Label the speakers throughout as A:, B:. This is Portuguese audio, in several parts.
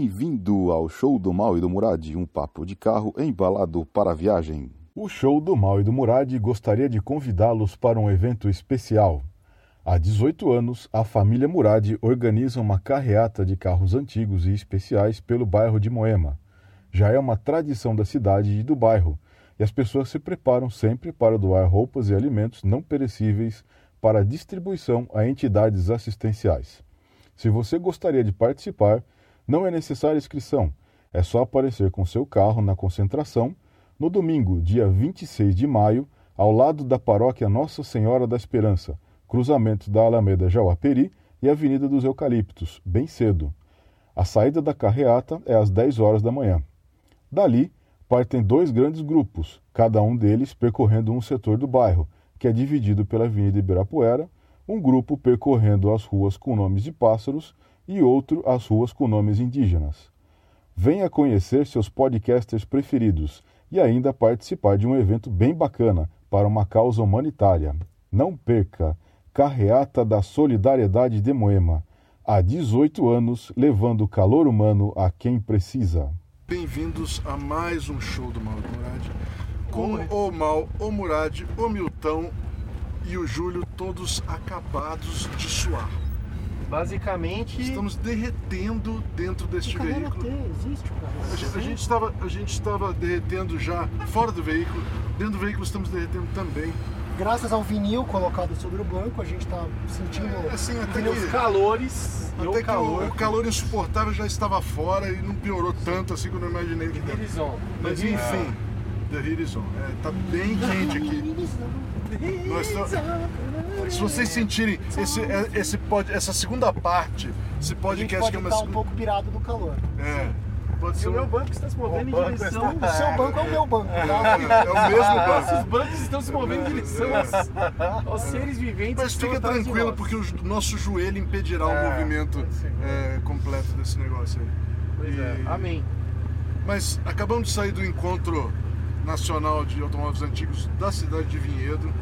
A: Bem-vindo ao Show do Mal e do Murad, um papo de carro embalado para a viagem. O Show do Mal e do Murad gostaria de convidá-los para um evento especial. Há 18 anos, a família Murad organiza uma carreata de carros antigos e especiais pelo bairro de Moema. Já é uma tradição da cidade e do bairro, e as pessoas se preparam sempre para doar roupas e alimentos não perecíveis para distribuição a entidades assistenciais. Se você gostaria de participar, não é necessária inscrição, é só aparecer com seu carro na concentração no domingo, dia 26 de maio, ao lado da paróquia Nossa Senhora da Esperança, cruzamento da Alameda Jauaperi e Avenida dos Eucaliptos, bem cedo. A saída da carreata é às 10 horas da manhã. Dali, partem dois grandes grupos, cada um deles percorrendo um setor do bairro, que é dividido pela Avenida Ibirapuera, um grupo percorrendo as ruas com nomes de pássaros e outro as ruas com nomes indígenas. Venha conhecer seus podcasters preferidos e ainda participar de um evento bem bacana para uma causa humanitária. Não perca! Carreata da Solidariedade de Moema. Há 18 anos, levando calor humano a quem precisa.
B: Bem-vindos a mais um show do Mauro Murad. Com o Mal, o Murad, o Milton e o Júlio, todos acabados de suar.
C: Basicamente.
B: Estamos derretendo dentro deste
D: Carreira T
B: veículo.
D: existe, cara.
B: A gente- A gente estava, a gente estava derretendo já fora do veículo. Dentro do veículo estamos derretendo também.
D: Graças ao vinil colocado sobre o banco, a gente está sentindo
B: É, Assim, até
C: Tem os
B: que,
C: calores e
B: até
C: o
B: que o,
C: calor.
B: o calor insuportável já estava fora e não piorou tanto assim que eu não imaginei que dentro.
C: Horizon.
B: Mas enfim, The Heat is on. É, tá bem quente aqui. Nós tam- Se vocês sentirem esse, é- esse pod, essa segunda parte, esse
D: a gente
B: podcast
D: pode
B: que é uma
D: estar um
B: segunda-
D: pouco pirado do calor.
B: É, pode
C: E
B: ser
C: o
B: um-
C: meu banco está se movendo
B: O
C: em
B: banco
C: direção.
B: está-
D: O seu banco é o meu banco, tá?
B: É o mesmo
C: Nossos
B: banco.
C: bancos estão se movendo em direção aos, aos seres viventes.
B: Mas
C: que estão
B: fica
C: atrás de
B: tranquilo,
C: nós.
B: porque o ju- nosso joelho impedirá o
C: É,
B: movimento
C: pode ser.
B: é, completo desse negócio aí.
C: Pois é.
B: E-
C: Amém.
B: Mas acabamos de sair do encontro nacional de automóveis antigos da cidade de Vinhedo.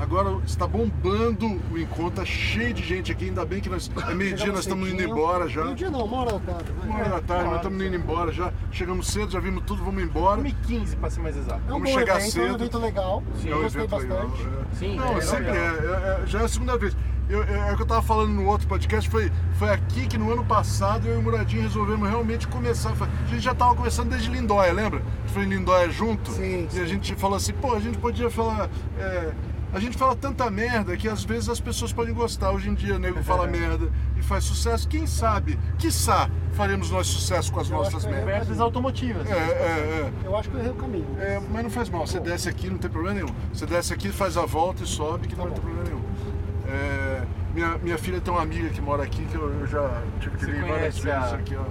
B: Agora está bombando o encontro, tá cheio de gente aqui, ainda bem que nós. É meio-dia, nós estamos indo embora já.
D: Um dia não, uma hora da tarde. vai.
B: Uma hora da tarde, nós estamos indo embora já. Chegamos cedo, já vimos tudo, vamos embora.
C: 2015, para ser mais exato.
D: É um
B: Vamos
D: bom
B: chegar
D: evento, é
B: cedo.
D: um evento legal.
C: Sim,
B: É
D: eu
B: um
D: gostei
B: evento legal.
D: bastante.
B: é.
C: Sim,
B: Não,
C: é
B: sempre
C: legal.
B: é, é, é, Já é a segunda vez. Eu, eu- é o que eu tava falando no outro podcast, foi, foi aqui que no ano passado eu e o Muradinho resolvemos realmente começar. Foi- A gente já tava começando desde Lindóia, lembra? A gente foi em Lindóia junto.
D: Sim,
B: E a gente falou assim, pô, a gente podia falar. é, a gente fala tanta merda que às vezes as pessoas podem gostar. Hoje em dia o nego fala merda e faz sucesso. Quem sabe, quiçá, faremos nós sucesso com as nossas
D: acho que é
B: merdas.
C: Perdas automotivas.
B: É, é, é.
D: Eu acho que eu errei o caminho.
B: É, mas não faz mal, você desce aqui, não tem problema nenhum. Você desce aqui, faz a volta e sobe, que não vai ter problema nenhum. É, minha, minha filha tem uma amiga que mora aqui, que eu, eu já tive que
C: Você
B: vir várias
C: conhece
B: vezes
C: a-
B: aqui, ó.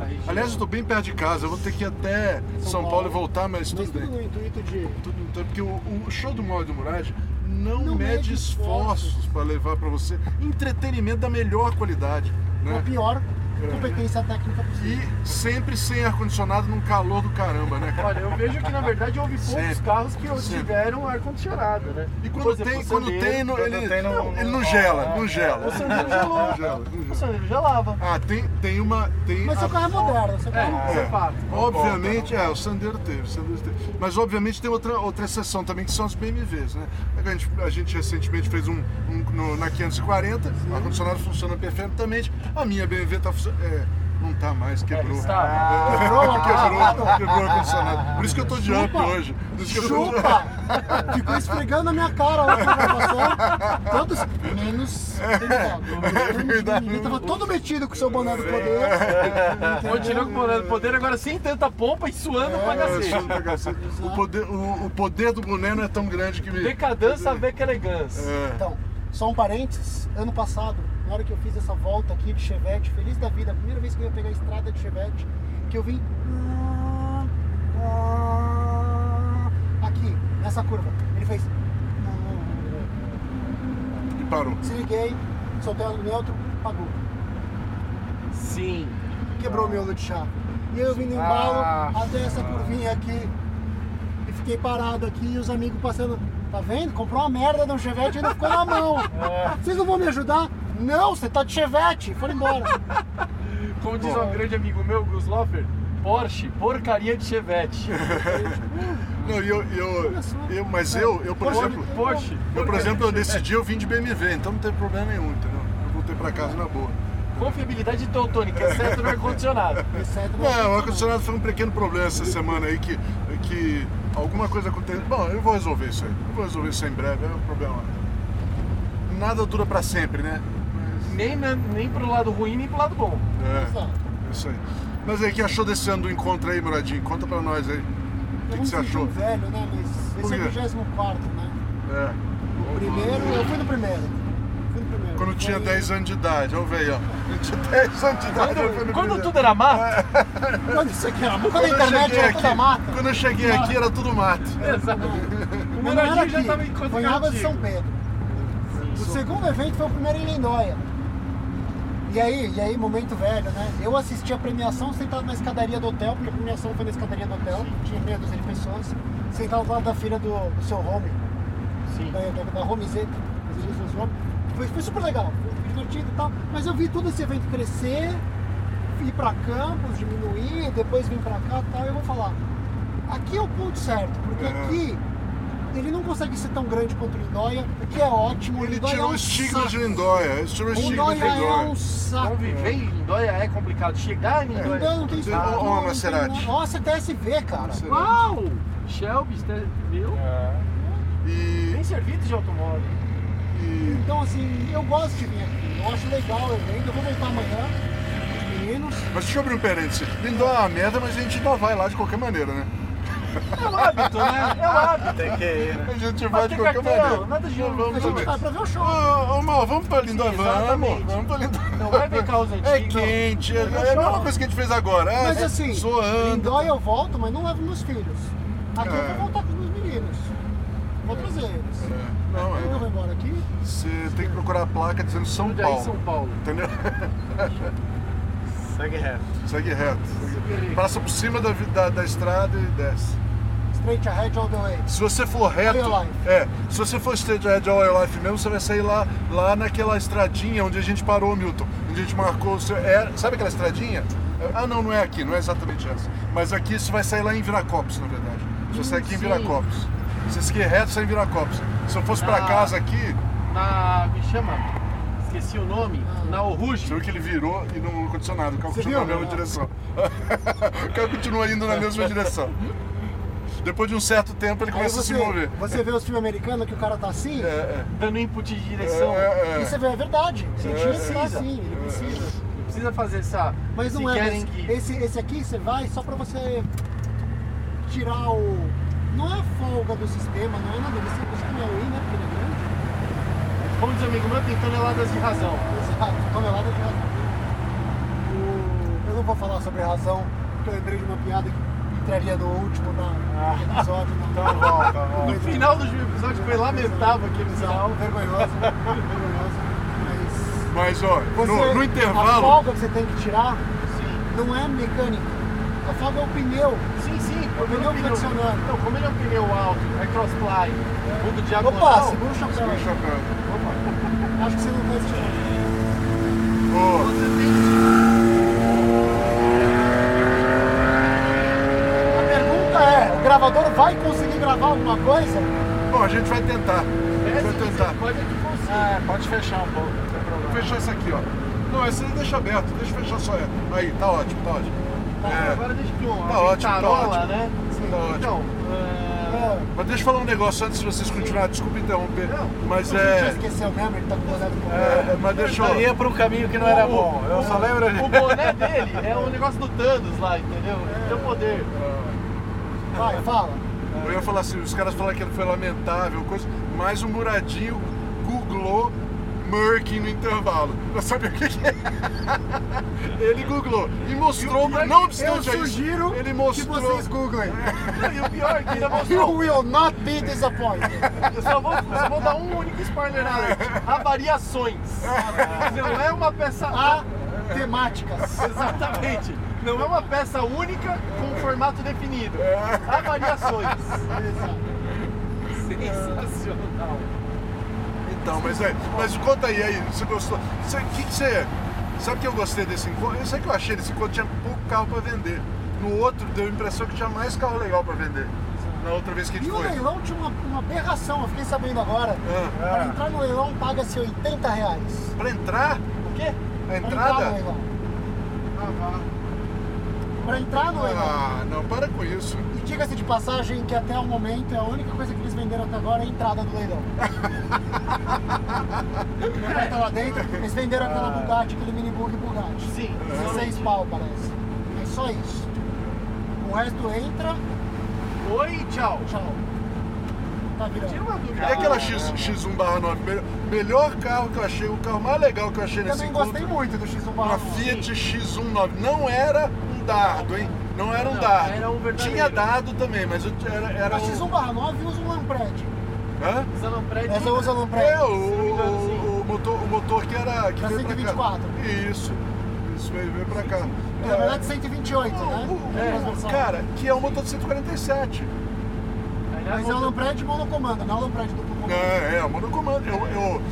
C: a região.
B: Aliás, eu tô bem perto de casa, eu vou ter que ir até São, Paulo. e voltar, mas
D: Mas
B: tudo
D: tudo
B: bem.
D: no intuito de
B: Tudo, então, porque o, o show do Mauro e do Murad não,
D: Não
B: mede,
D: mede
B: esforços
D: esforços.
B: para levar para você entretenimento da melhor qualidade.
D: a
B: Né?
D: pior competência técnica possível.
B: E sempre sem ar-condicionado, num calor do caramba, né, cara?
C: Olha, eu vejo que na verdade houve poucos
B: Sempre.
C: carros que hoje
B: Sempre.
C: tiveram ar-condicionado, né?
B: E quando
C: Por exemplo,
B: tem,
C: o
B: quando
C: Sandero,
B: tem, no-
C: quando
B: ele,
C: tem,
B: não, ele não gela, não gela.
C: O Sandero gelou.
B: Não gela, não
C: O
B: gela.
C: Sandero gelava.
B: Ah, tem, tem uma. Tem
D: Mas seu
B: a-
D: carro é moderno, seu carro
C: É.
B: é,
C: fato.
B: Obviamente, é, o Sandero teve, o Sandero teve. Mas obviamente tem outra, outra exceção também, que são as BMWs, né? A gente, a gente recentemente fez um, um no- na 540, o ar-condicionado funciona perfeitamente. A minha BMW tá funcionando. É, não tá mais, quebrou.
C: está.
B: É,
D: Quebrou,
B: quebrou, quebrou o ar-condicionado. Por isso que eu tô de up
D: Chupa.
B: hoje. Por isso que eu tô de up.
D: Chupa! Ficou esfregando a minha cara lá na gravação. Todos menos.
B: É verdade.
D: Ele tava todo metido com o seu boné do poder.
C: Continuou com o boné do poder, agora sem tanta pompa e suando pra
B: É,
C: cacete.
B: suando pra cacete. O poder, o, o poder do boné não é tão grande que me.
C: Decadança, beca elegância.
B: É.
D: Então, só um parênteses. Ano passado, na hora que eu fiz essa volta aqui de Chevette, feliz da vida, a primeira vez que eu ia pegar a estrada de Chevette, que eu vim. Aqui, nessa curva. Ele fez.
B: E parou.
D: Desliguei, soltei o neutro, pagou.
C: Sim.
D: quebrou meu miolo de chá. E eu vim no embalo
C: Ah.
D: até essa curvinha aqui. E fiquei parado aqui e os amigos passando. Tá vendo? Comprou uma merda de um chevette e ainda ficou
B: É.
D: na mão. Vocês não vão me ajudar? Não, você tá de chevette. Foram embora.
C: Como diz um grande amigo meu, Gus Loffer, Porsche, porcaria de Chevette.
B: Não, e eu, e eu,
D: Olha só.
B: eu- mas eu, eu, por
D: Porsche.
B: exemplo,
C: Porsche.
B: eu, por
C: porcaria
B: exemplo, eu
C: de Chevette.
B: decidi, eu vim de BMW, então não teve problema nenhum, entendeu? Eu voltei pra casa na boa.
C: Confiabilidade teutônica, exceto no ar-condicionado.
D: Exceto no
B: Não, o ar-condicionado foi um pequeno problema essa semana aí que, que alguma coisa aconteceu. Bom, eu vou resolver isso aí. Eu vou resolver isso aí em breve, é um problema. Nada dura pra sempre, né?
C: Nem, na, nem pro lado ruim, nem pro lado bom.
B: É,
D: Exato.
B: é isso aí. Mas aí, o que achou desse ano do encontro aí, Moradinho? Conta pra nós aí. O
D: Eu
B: que,
D: não
B: que você
D: me senti um
B: achou?
D: velho, né, Luiz?
B: Por
D: Esse é
B: quê?
D: o 24, né?
B: É.
D: O primeiro, eu fui no primeiro. Fui no primeiro.
B: Quando eu tinha
D: Foi-
B: 10 anos de idade, ó, o velho, ó. Eu tinha 10 anos de idade. eu fui
C: Quando,
B: no
C: quando
B: primeiro.
C: tudo era mato,
D: Quando isso aqui era Quando a
B: Quando eu
D: internet
B: cheguei
D: era toda
B: aqui,
D: mata.
B: quando eu cheguei aqui era tudo mato.
C: exato. o
D: Mas não era
C: Moradinho já
D: aqui,
C: tava em conta
D: Foi em Água de São Pedro. O segundo evento foi o primeiro em Lindóia. E aí, e aí, momento velho, né? Eu assisti a premiação sentado na escadaria do hotel, porque a premiação foi na escadaria do hotel, tinha meia dúzia de pessoas, sentado do lado da filha do, do seu home,
C: Sim.
D: da, da, da homezeta, como se diz no nome. foi, foi super legal, foi divertido e tal, mas eu vi todo esse evento crescer, ir pra campos, diminuir, depois vir pra cá e tal, e eu vou falar, aqui é o ponto certo, porque
B: É.
D: aqui ele não consegue ser tão grande quanto o Lindóia, o que é ótimo,
B: Ele
D: Lindóia é
B: tirou
D: um
B: o estigma
D: saco.
B: de Lindóia. Ele tirou o estigma de
D: Lindóia é
B: Lindóia.
D: um saco.
C: Conviver em Lindóia é complicado. Chegar em Lindóia.
D: Lindóia não tem
B: Você-
D: estrutura,
B: Ó, ó,
D: não tem
B: Maserati.
D: nada. Nossa, TSV, cara.
B: Maserati.
C: Uau! Shelby, este- meu,
B: E,
C: nem serviço de automóvel.
B: e
D: Então, assim, eu gosto de vir aqui, eu acho legal o evento, eu vou voltar amanhã, com os meninos.
B: Mas deixa eu abrir um parênteses. Lindóia é uma merda, mas a gente ainda vai lá de qualquer maneira, né?
C: É o hábito, né? É o hábito. Tem que ir, né?
B: A gente vai de
C: tem
B: qualquer
C: cartão,
B: maneira.
C: nada de
B: Não,
D: A
B: vamos
D: gente tá
B: também.
D: vai pra ver o show.
B: Ô, ô, Mal, vamos pra Lindóia? Vamos,
C: Exatamente.
B: vamos pra Lindóia.
C: Não vai ver carros
B: É
C: antigos, não.
B: quente, é,
D: Não
B: é a mesma
D: chove.
B: coisa que a gente fez agora. É,
D: Mas assim,
B: Zoando.
D: Lindóia eu volto, mas não levo meus filhos. Aqui eu
B: É.
D: vou voltar com os meus meninos. Vou trazer eles.
B: É, Não,
D: Eu
B: é.
D: vou embora aqui.
B: Você tem que procurar a placa dizendo São
C: Tudo é aí em
B: Paulo.
C: São Paulo.
B: Entendeu?
C: Segue reto.
B: Segue reto. Passa por cima da, vi- da, da estrada e desce.
D: Straight ahead all the way.
B: Se você for reto,
D: All Your Life.
B: é, se você for straight ahead all your life mesmo, você vai sair lá, lá naquela estradinha onde a gente parou, Milton. Onde a gente marcou, o seu- é, sabe aquela estradinha? É, Ah, não, não é aqui, não é exatamente essa. Mas aqui você vai sair lá em Viracopos, na verdade. Você sai aqui em
C: Hum, sim.
B: Viracopos. Você seguir reto, sai em Viracopos. Se eu fosse pra
C: Ah.
B: casa aqui,
C: Na. Me chama. Esqueci o nome.
D: Ah.
C: Na Oruge.
B: você viu que ele virou e não aconteceu nada. O carro
D: Você
B: continua na
D: viu?
B: mesma direção. o carro continua indo na mesma direção. Depois de um certo tempo, ele
D: Aí
B: começa
D: você,
B: a se mover.
D: você vê os filmes americanos que o cara tá assim.
B: É, é.
C: Dando input de
B: É,
C: direção.
B: é, é.
D: E você vê, é verdade. Ele
C: É.
D: tinha que tá
C: Precisa.
D: assim, ele precisa.
C: Precisa fazer essa.
D: Mas
C: se
D: não é.
C: querem
D: mas
C: que-
D: Esse, esse aqui você vai só pra você tirar o. Não é a folga do sistema, não é nada. Você você come ruim, né? Porque ele é grande.
C: Como diz o amigo meu, tem toneladas de razão.
D: Exato, tonelada de razão. O- Eu não vou falar sobre razão, porque eu lembrei de uma piada que entraria no último na,
C: Ah.
D: no episódio. né? na-
C: Então
B: Tá bom,
D: Ah,
B: tá bom.
C: No final do episódio foi lamentável aquele final.
D: Vergonhoso, né? vergonhoso. Mas.
B: Mas ó,
D: Você- é
B: no, no
D: A
B: intervalo.
D: folga que você tem que tirar
C: Sim.
D: não é mecânica. A folga é o pneu. É
C: Sim, sim.
D: O pneu flexionando.
C: Então, como ele é um pneu alto, é crossfly, mundo
D: Opa,
C: diagonal.
D: segura o chapéu.
B: Deixa eu
D: aí.
B: ver.
D: Acho que você não tá estirando.
B: Ô,
C: Você tem.
D: A pergunta é, o gravador vai conseguir gravar alguma coisa?
B: Bom, a gente vai tentar. A gente
C: Essa
B: vai
C: que
B: tentar.
C: você pode é que consiga.
B: É, pode fechar um pouco. Vou fechar essa aqui, ó. Não, essa aí deixa aberto, deixa eu fechar só ela. Aí, tá ótimo, tá ótimo. É.
C: Agora deixa que uma
B: Tá ótimo, tá
C: tarola,
B: ótimo.
C: né?
B: Sim, tá ótimo.
C: Então, é,
B: Mas deixa eu falar um negócio antes de vocês continuarem, desculpa interromper.
C: Não,
B: Mas
D: A gente já
B: é.
D: esqueceu mesmo, ele tá com o olhado pro
B: é, Mas deixa eu.
E: para um caminho que não era
C: O-
E: bom. Eu só lembro de
C: É. o boné dele é o negócio do Thanos lá, entendeu?
B: É.
C: Ele tem o poder.
D: Vai, fala.
B: Eu ia falar assim, os caras falaram que foi lamentável, coisa, mas o Muradinho googlou Merkin no intervalo, pra saber o que, que é. Ele googlou e mostrou, pra- não obstante a
D: eu
B: isso,
D: sugiro
B: ele mostrou.
D: que vocês googlem. Ah,
C: Não, E o pior é que ainda
D: You
C: mostrou.
D: will not be disappointed.
C: Eu só vou, só vou dar um único spoiler alert. Há variações. Não é uma peça
D: Há
C: A.
D: temáticas.
C: Exatamente. Não é uma peça única com um formato definido. Há variações. Sensacional.
B: Então, mas é, mas conta aí, aí, você gostou? Você- O que, que você, Sabe o que eu gostei desse encontro? Eu sei que eu achei nesse encontro tinha pouco carro pra vender. No outro deu a impressão que tinha mais carro legal pra vender. Na outra vez que a
D: E
B: gente
D: o
B: foi.
D: leilão tinha uma, uma aberração, eu fiquei sabendo agora.
B: Ah,
D: Pra entrar no leilão paga-se 80 reais.
B: pra entrar?
D: O quê?
B: A
D: Pra entrar no
B: entrada?
D: leilão.
B: tá.
D: Pra entrar no leilão.
B: Ah, não, para com isso.
D: E diga-se de passagem que até o momento é a única coisa que eles venderam até agora é a entrada do leilão. Meu pai tá lá dentro, eles venderam aquela
B: Ah.
D: Bugatti, aquele minibug Bugatti.
C: Sim,
D: 16 pau parece. É só isso. O resto entra,
C: Oi, tchau.
D: tchau. Tá virando.
B: um
C: Tira uma dúvida.
B: E É aquela X, X1 barra 9? Melhor, melhor carro que eu achei, o carro mais legal que eu achei
D: Eu
B: nesse
D: não
B: encontro.
D: gostei muito do X1
B: Uma
D: Barra
B: Fiat X19. Não era um dardo, hein? Não era um
C: Não,
B: dardo.
C: era um verdadeiro.
B: Tinha dado também, mas eu- era, era
D: A
B: um...
D: X1 Barra 9 usa um Lampredi.
B: Hã?
C: é Zanamprete.
D: Essa usa Lampredi.
B: É, o,
C: não me engano, sim.
B: o- o motor, o motor que era... Que
D: Pra
B: veio pra
D: 124.
B: Cá. Isso. Isso veio, veio pra cá.
C: é
B: É,
D: Na verdade 128, né?
B: o-
D: Tem duas
B: o-
D: versões.
B: cara, que é um motor de 147.
D: Mas é o Lampredi monocomando, não é o Lampredi duplo comando.
B: É, é, monocomando. Eu, eu,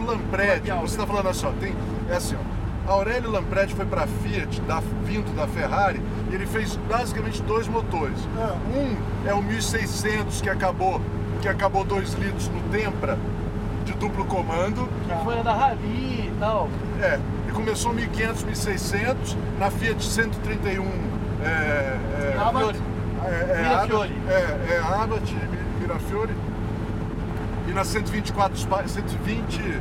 B: o Lampredi, você tá falando assim, ó, tem, é assim, ó. Aurélio Lampredi foi pra Fiat, da, vindo da Ferrari, e ele fez basicamente dois motores.
D: Ah.
B: Um é o 1600 que acabou, que acabou 2 litros no Tempra, de duplo comando.
C: Que foi a da Rally e tal.
B: É, e começou 1500, 1600, na Fiat 131. É, é,
D: Tava-
C: Fiore.
B: é, é,
C: Mirafiori.
B: Abbott, é, é Abbott, Mi- Mirafiori. E na 124, Spi- 120.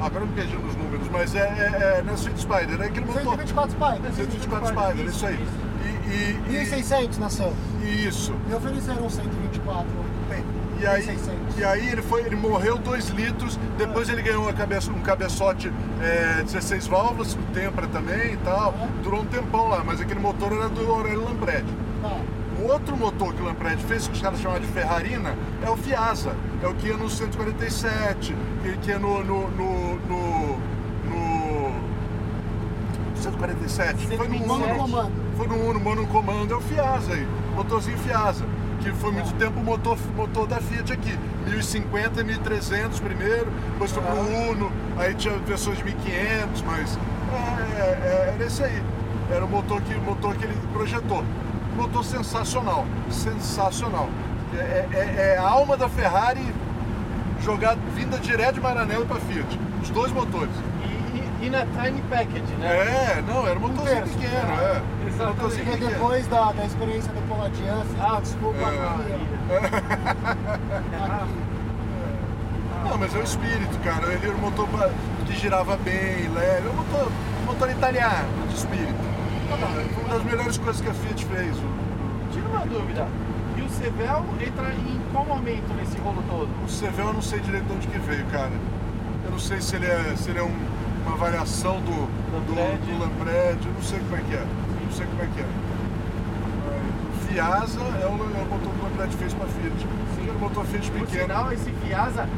B: Agora eu me perdi nos números, mas é, é, é na Sweet Spider, é aquele motor.
D: 124 Spider.
B: 124 Spider, isso aí. E, e, e-
D: 1600 nasceu.
B: e isso.
D: Me ofereceram 124.
B: E aí,
D: 1600.
B: e aí ele foi, ele morreu 2 litros, depois ele ganhou uma cabeça- um cabeçote é, 16 válvulas, o Tempra também e tal. Durou um tempão lá, mas aquele motor era do Aurélio Lampredi.
D: Tá.
B: Um outro motor que o Lampredi fez, que os caras chamam de Ferrarina, é o Fiasa. É o que é no 147, que, que é no. no, no, no, no 147. Foi no
D: 127.
B: Uno. Foi no Uno, Mano Comando, é o Fiasa aí. Motorzinho Fiasa. Que foi muito tempo o motor, motor da Fiat aqui. 1050, 1300 primeiro, depois foi pro Uno, aí tinha versões de 1500, mas é, é, era esse aí. Era o motor que, o motor que ele projetou. Motor sensacional, sensacional. É, é- é- é a alma da Ferrari jogada, vinda direto de Maranello pra Fiat. Os dois motores.
C: E, e- e na Tiny Package, né?
B: É, não, era um motorzinho
D: terço.
B: pequeno, é.
C: Exatamente.
B: Motorzinho
D: Porque
B: pequeno.
D: depois da, da experiência do Paul Adian, vocês
C: Ah,
D: me desculpa,
B: é. Não, mas é o espírito, cara. Ele era um motor ba- que girava bem, leve. É um motor, um motor italiano, de espírito. Foi uma das melhores coisas que a Fiat fez. O,
C: Tira uma dúvida. E o Sevel entra em qual momento nesse rolo todo?
B: o CV eu não sei direito de onde que veio, cara. Eu não sei se ele é, se ele é um- uma variação do, do,
C: Lampredi.
B: do Lampredi. Eu não sei como é que é. Eu não sei como é que é. Mas o Fiasa é o, é o motor que o Lampredi fez pra Fiat. Era um motor Fiat
C: Por
B: pequeno.
C: sinal, esse Fiasa,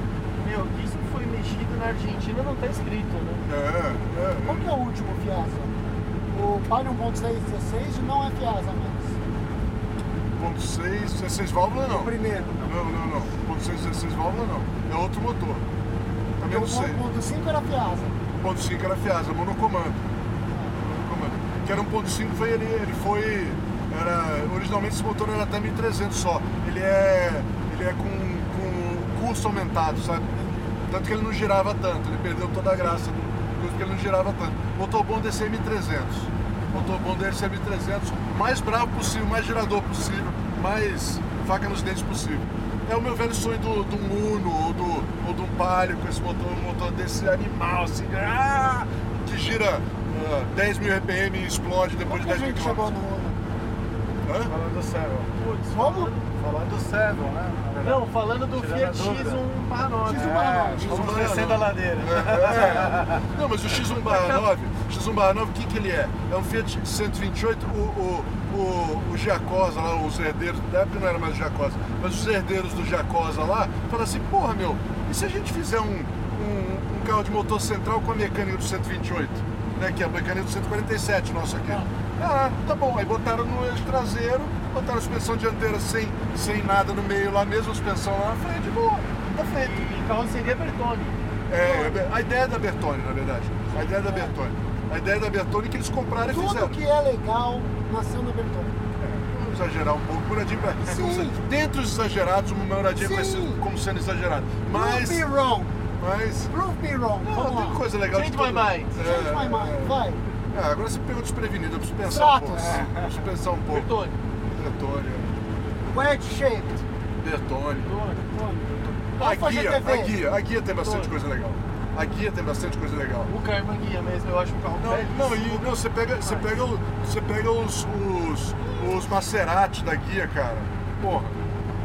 C: meu, isso que foi mexido na Argentina não tá escrito, né?
B: É, é.
D: Qual que é o último Fiasa? O Palio 1.616 não é Fiasa mais.
B: 1.6, 16 válvula não.
D: Primeiro.
B: Não, não, não. 1.6, 16 válvula não. É outro motor. Também
D: O
B: não sei.
D: 1.5 era Fiasa.
B: 1.5 era Fiasa, monocomando. Monocomando. Que era 1.5 foi ele, ele foi. Era, originalmente esse motor era até 1300 só. Ele é. Ele é com, com curso aumentado, sabe? Tanto que ele não girava tanto, ele perdeu toda a graça do curso que ele não girava tanto. Motor bom desse é 1300. Motor bom desse é 1300, mais bravo possível, mais girador possível, mais faca nos dentes possível. É o meu velho sonho do, do Uno ou do, ou do Palio com esse motor, um motor desse animal, assim, ah, que gira ah, 10 mil RPM e explode depois
D: Como que
B: de 10
D: a
B: mil
D: gente chegou no Uno?
B: quilômetros. Hã?
E: Falando do Seven.
C: Putz,
D: Como?
E: Falando do Seven, né? na verdade.
C: Não, falando do
E: Tirando a
C: Fiat
E: dúvida.
C: X1 barra 9.
D: X1
E: É, vamos descendo a ladeira.
B: É. Não, mas o X1 barra 9, X1 barra 9, o que, que ele é? É um Fiat 128, o, o, o, o Giacosa lá, os herdeiros, na época não era mais o Giacosa, mas os herdeiros do Giacosa lá, falaram assim, porra meu, e se a gente fizer um, um, um carro de motor central com a mecânica do 128? Né, que é a mecânica do 147 nosso aqui. Ah, tá bom. Aí botaram no eixo traseiro, botaram a suspensão dianteira sem, sem nada no meio lá mesmo, a suspensão lá na frente, boa, tá feito.
C: E carroceria Bertone.
B: É, a ideia da Bertone, na verdade. A ideia da Bertone. A ideia da Bertone é que eles compraram e
D: Tudo
B: fizeram.
D: que é legal nasceu na Bertone.
B: Vamos exagerar um pouco. Muradinho vai.
D: Sim.
B: Dentro dos exagerados, o Muradinho vai ser
D: Sim.
B: como sendo exagerado. Mas.
D: Prove me wrong.
B: Mas.
D: Prove me wrong.
B: Não, tem
D: Vamos lá.
B: coisa legal
C: Change
B: de todo-
C: my mind.
B: É,
D: Change my mind. Vai.
B: é, agora você pegou desprevenido, eu preciso pensar um pouco.
D: Stratos.
B: É, eu preciso pensar um pouco.
C: Bertone.
B: Bertone.
D: Wedge shaped.
B: Bertone. A
D: Alfa
B: guia,
D: GTV.
B: a guia, a guia tem bastante coisa legal. A guia tem bastante coisa legal.
C: O Karma guia mesmo, eu acho um carro
B: Não,
D: É,
B: não, e não, você pega, você pega, o- você pega os, os, os Maserati da guia, cara. Porra,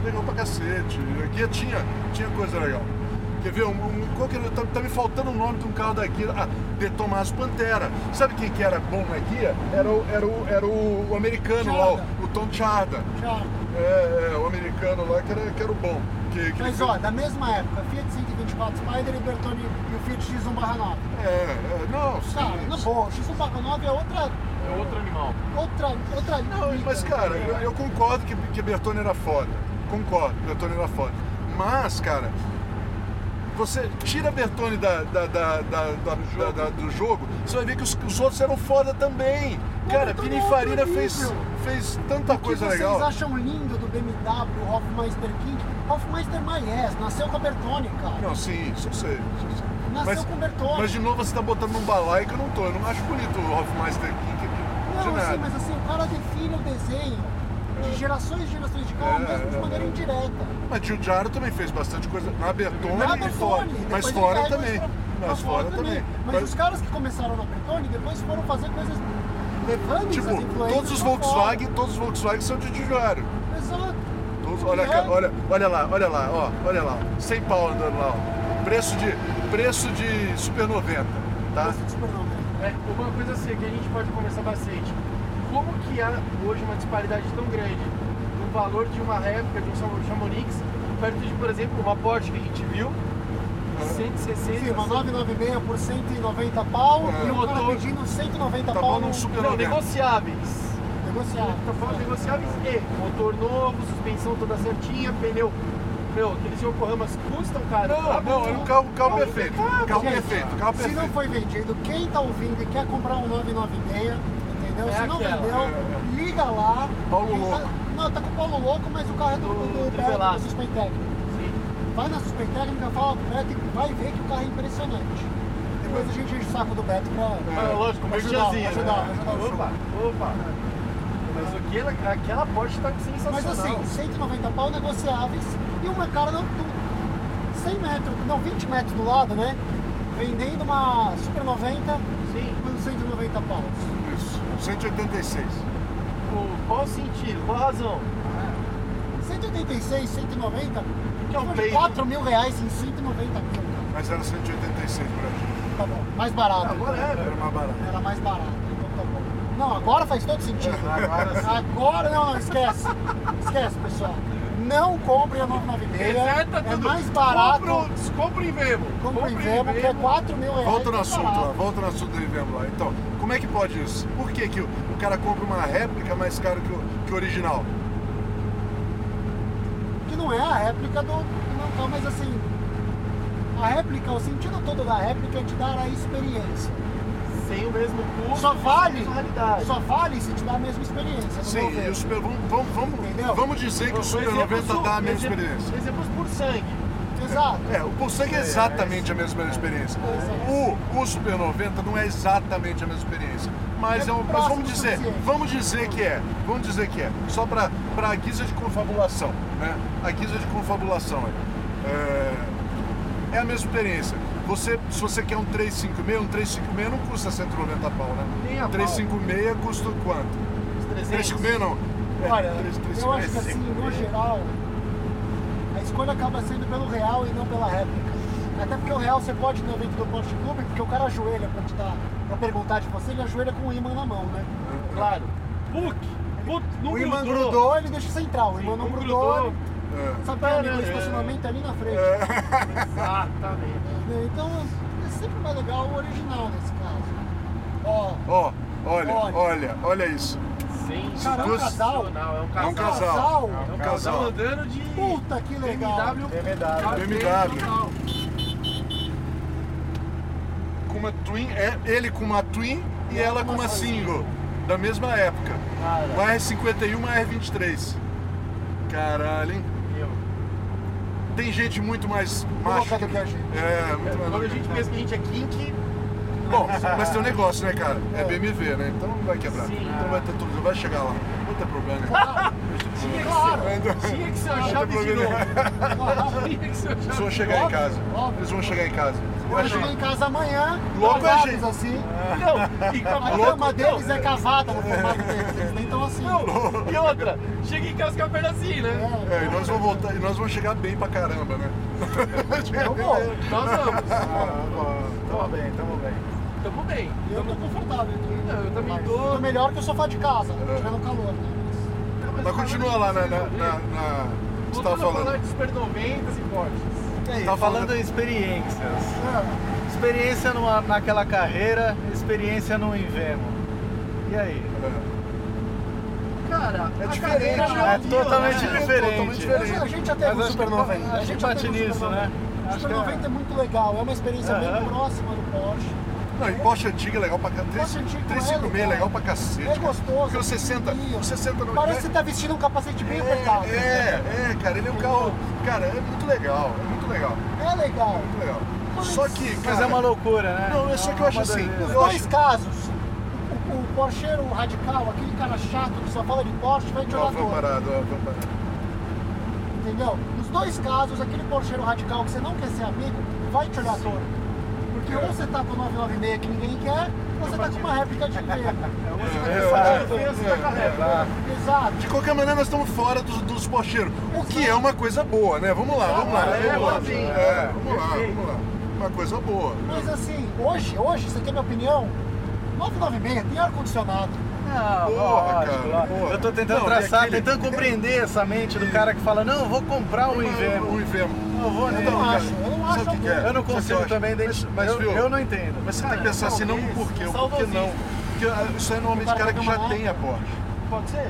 B: legal pra cacete. A guia tinha, tinha coisa legal. Quer ver? Um, um, qual que era? tá, tá me faltando o nome de um carro da guia. Ah, de Tomás Pantera. Sabe quem que era bom na guia? Era o, era o, era o, o americano lá,
D: Charda.
B: o, o Tom Charda.
D: Já.
B: É, é, o americano lá que era, que era o bom. Que, que
D: Mas
B: ele-
D: ó, da mesma época, Fiat 124 Spider e Bertone e o Fiat X1 barra 9.
B: É, é, não, sim.
D: Cara, na boa, o X1 barra 9 é outra.
C: É outro animal.
D: outra. outra
B: Não, mas cara, eu, eu concordo que, que Bertone era foda. Concordo, Bertone era foda. Mas, cara, você tira Bertone da, da- da- da- da- da- da- do jogo, você vai ver que os, os outros eram foda também. Cara,
D: Bertone
B: Pini
D: é outro
B: Farina fez,
D: nível.
B: fez tanta
D: O que
B: coisa
D: vocês
B: legal.
D: acham lindo do BMW Hofmeister King? Hofmeister Maies, nasceu com a Bertone, cara.
B: Não, sim, isso eu sei. Isso eu sei.
D: Nasceu com Bertone.
B: mas de novo você tá botando num balaio que eu não tô. Eu não acho bonito o Hofmeister King. de
D: Não,
B: nada.
D: assim, mas assim, o cara define o desenho de gerações e gerações de carro,
B: É,
D: mesmo de
B: é,
D: maneira indireta.
B: Mas Tio Jaro também fez bastante coisa na Bertone,
D: Na
B: e
D: Bertone,
B: fora,
D: depois
B: mas
D: ele
B: fora
D: cai mais
B: também.
D: pra- pra
B: Mas fora também.
D: Mas,
B: Mas,
D: os caras que começaram na Bertone depois foram fazer coisas levando
B: tipo,
D: essas influências
B: todos os
D: pra
B: Volkswagen, todos os Volkswagen são de Tio Jaro.
D: fora. Exato.
B: Todos- olha, cá, olha, olha lá, olha lá, ó, olha lá. Sem pau andando lá, ó. Preço de, preço de Super 90, tá?
D: Esse Super Nova.
C: É, uma coisa assim que a gente pode conversar bastante. Como que há hoje uma disparidade tão grande no valor de uma réplica de um Cham- Chamonix perto de, por exemplo, uma Porsche que a gente viu, 160.
D: Sim, uma 996 por 190 pau
B: É.
D: e o cara
C: Motor.
D: pedindo 190
B: Tá
D: pau
B: bom num
D: no
B: Super
C: Não,
B: 90.
C: negociáveis.
D: negociado.
C: Tá falando negociáveis e motor novo, suspensão toda certinha, pentail. Meu, aqueles Yokohamas custam caro.
B: Não,
C: Tá
B: não,
C: bom.
B: era um carro, carro perfeito.
C: impecável,
B: Carro é
D: Gente,
B: perfeito, carro
D: Se não
B: perfeito.
D: foi vendido, quem tá ouvindo e quer comprar um 996, entendeu?
C: É
D: se não
C: aquela.
D: vendeu,
B: É.
D: liga lá.
B: Paulo
D: Quem tá-
B: Louco.
D: Não, tá com o Paulo Louco, mas o carro é do,
C: Do
D: do, do,
C: Trivelato.
D: do Suspend Técnico.
C: Sim.
D: Vai na Suspend Técnica, fala com o Beto e vai ver que o carro é impressionante. Depois a gente enche o saco do Beto pra.
C: Mas, É, lógico,
D: Ajudar,
C: merchanzinho.
D: ajudar,
C: né?
D: ajudar o
C: Opa, opa. Mas o que ela- aquela Porsche tá sensacional.
D: Mas assim, 190 pau negociáveis e uma cara do, do 100 metros, não, 20 metros do lado, né? Vendendo uma Super 90
C: Sim.
D: por 190 pau.
B: Isso, 186.
C: O- Qual o sentido? Qual a razão?
D: 186, 190,
C: Que é um
D: foi
C: peito.
D: 4 tipo, mil reais em 190 mil, cara.
B: Mas era 186 pra gente.
D: Tá bom, mais barato.
C: Agora
B: Era
C: é.
B: mais barato.
D: Era mais barato, então tá bom. Não, agora faz todo sentido.
C: Agora sim.
D: Agora não, não, esquece. Esquece, pessoal. Não comprem a 996.
C: Reseta
D: É
C: tá tudo. um
D: mais barato.
C: Compra, o- compra em Vemo.
D: Compre em Vemo, que é 4 mil reais.
B: Volta no
D: mais
B: assunto
D: barato.
B: lá, volta no assunto do Ivemo lá. Então, como é que pode isso? Por que, que o o cara compra uma réplica mais caro que o, que o original?
D: que não é a réplica do não tá, mas assim a réplica, o sentido todo da réplica é te dar a experiência.
C: Sem o mesmo custo.
D: Só vale,
C: sem a realidade.
D: só vale se te dar a mesma experiência. no meu
B: Sim,
D: ver.
B: e o Super, vamos, vamos, vamos,
D: Entendeu?
B: vamos dizer que o Super
C: Exemplos
B: 90 dá a mesma
C: exemplos-
B: experiência.
C: Exemplos por sangue.
D: Exato.
B: É, o Pulsang é exatamente a mesma experiência. O, o Super 90 não é exatamente a mesma experiência. Mas,
D: É
B: é um, mas
D: próximo
B: vamos
D: do
B: dizer,
D: suficiente.
B: vamos dizer que é. Vamos dizer que é. Só para a guisa de confabulação. Né? A guisa de confabulação. É, é a mesma experiência. Você, se você quer um 356, um 356 não custa 190 pau, né?
C: Nem a pau.
B: 356 custa quanto?
C: Os 300.
B: 356 não. É,
D: Olha,
B: três-
D: eu
B: 356.
D: acho que assim, no geral, a escolha acaba sendo pelo real e não pela réplica. Até porque o real você pode ir no evento do Porsche Clube, porque o cara ajoelha pra te dar, pra perguntar de você, ele ajoelha com o imã na mão, né?
C: Claro. Puc. Put, não
D: O imã
C: grudou.
D: grudou, ele deixa central. O
C: Sim,
D: imã não
C: não
D: grudou,
C: grudou.
D: ele-
B: É.
D: sabe qual é o amigo do estacionamento ali na frente.
C: Exatamente.
D: Né, Então é sempre mais legal o original nesse caso. Ó,
B: Ó, olha,
D: Olha.
B: olha, olha isso.
D: cara, é um
B: duas-
D: casal.
C: Não, é um
B: É um
C: casal.
B: casal.
D: casal.
C: É um casal andando de
D: Puta que legal.
C: BMW.
E: BMW.
B: BMW.
C: Total.
B: uma twin, é ele com uma twin e
D: E
B: ela com uma single, da mesma época.
D: Cara.
B: Uma R51 e um, uma R23. Caralho, hein?
C: Meu.
B: Tem gente muito mais macho
D: Louca do que a gente.
B: É, muito mais
C: Quando a
B: louca.
C: gente pensa que a gente é kink,
B: Bom, mas tem um negócio, né, cara? É BMW, né? Então não vai quebrar.
C: Sim.
B: Então vai ter tudo, vai chegar lá. Não tem problema.
C: tinha que ser, tinha que ser a chave de
B: problema.
C: novo. Tinha que ser a
B: Eles
C: chave
B: vão chegar em casa.
D: óbvio.
B: Eles vão chegar em casa. Eu
D: Vai chegar
B: achei-
D: em casa amanhã,
B: Logo
D: largados
B: a gente.
D: assim.
C: Não, e com
D: A
C: louco,
D: cama
C: Tá não.
D: deles é casada no formato deles, eles nem estão assim.
C: Não, e outra, chega em casa com a perna assim, né?
D: É,
B: É, e nós vamos voltar, e nós vamos chegar bem pra caramba, né?
D: eu vou.
C: Nós vamos.
B: Ah,
E: Tamo bem, tamo bem.
C: Tamo bem.
D: Eu tô confortável. Tô...
C: Não, eu também
D: Mas
C: tô.
D: tô melhor que o sofá de casa, tirando calor. Né?
B: Mas continua lá na. na, na, na você tava
C: Voltando a falar
B: falando.
C: de Super 90 e Porsches.
E: Tá falando em experiências. Experiência numa, naquela carreira, experiência num inverno. E aí?
D: Cara,
B: É
D: a
B: diferente,
D: carreira
B: né?
D: não-
E: É totalmente
B: né? Totalmente
E: diferente.
B: diferente.
D: Mas a gente já teve
E: Mas
D: um
E: acho
D: Super
E: que-
D: 90.
E: acho
D: A gente
E: que
D: já
E: bate
D: teve um Super
E: nisso,
D: 90.
E: né?
D: O
E: Acho que
D: Super
E: é.
D: 90 é muito legal, é uma experiência
E: Aham.
D: bem próxima do Porsche.
B: Não, e Porsche antiga é legal pra cacete.
D: Porsche antiga
B: 356 é
D: é
B: legal
D: legal.
B: pra cacete.
D: É
B: cara.
D: gostoso.
B: Porque o 60, o 60 não
D: Parece que você tá vestindo um capacete bem apertado.
B: É, é, cara, ele é um carro. Cara, é muito legal, é muito legal,
D: É legal.
B: muito legal.
D: Mas-
B: Só que, cara,
E: Mas é uma loucura, né?
B: Não, é só que eu
E: uma
B: acho assim,
E: doideira.
D: Nos
B: Eu
D: dois
B: acho-
D: casos, o, o, o porcheiro radical, aquele cara chato que só fala de Porsche, vai de
B: Ó, vamos
D: jogador.
B: parar, ó, vamos parar.
D: Entendeu? Nos dois casos, aquele porcheiro radical que você não quer ser amigo, vai te olhar torto.
B: É.
D: Porque ou você tá com 996 que ninguém quer, ou você tá com uma réplica de
B: É,
D: emprego. Exato.
B: De qualquer maneira, nós estamos fora dos, dos porcheiros, o que é uma coisa boa, né? Vamos lá, vamos lá.
C: É,
B: vamos lá,
C: sim.
B: É, vamos lá, vamos lá. Uma coisa boa.
D: Mas assim, hoje, hoje, isso aqui é minha opinião, 996 tem ar-condicionado.
E: Não,
B: Porra,
E: Ah, lógico,
B: cara,
E: lógico.
B: porra.
E: Eu tô tentando
B: Não, e
E: traçar,
B: aquele-
E: tentando compreender essa mente do cara que fala, não, eu vou comprar um
B: O
E: inverno.
B: inverno.
E: Não vou
D: Eu não
E: nem.
B: cara,
D: acho, eu
B: sabe
D: não acho
B: o que que
D: algum.
B: é?
E: Eu não
B: Você
E: consigo
B: acha?
E: também, deixa-
B: Mas,
E: eu
B: viu?
E: eu não entendo. Ah,
B: Mas você tem que pensar assim, não o porquê, o porquê não. Porque ah, isso é normalmente cara que já tem a Porsche.
D: Pode ser?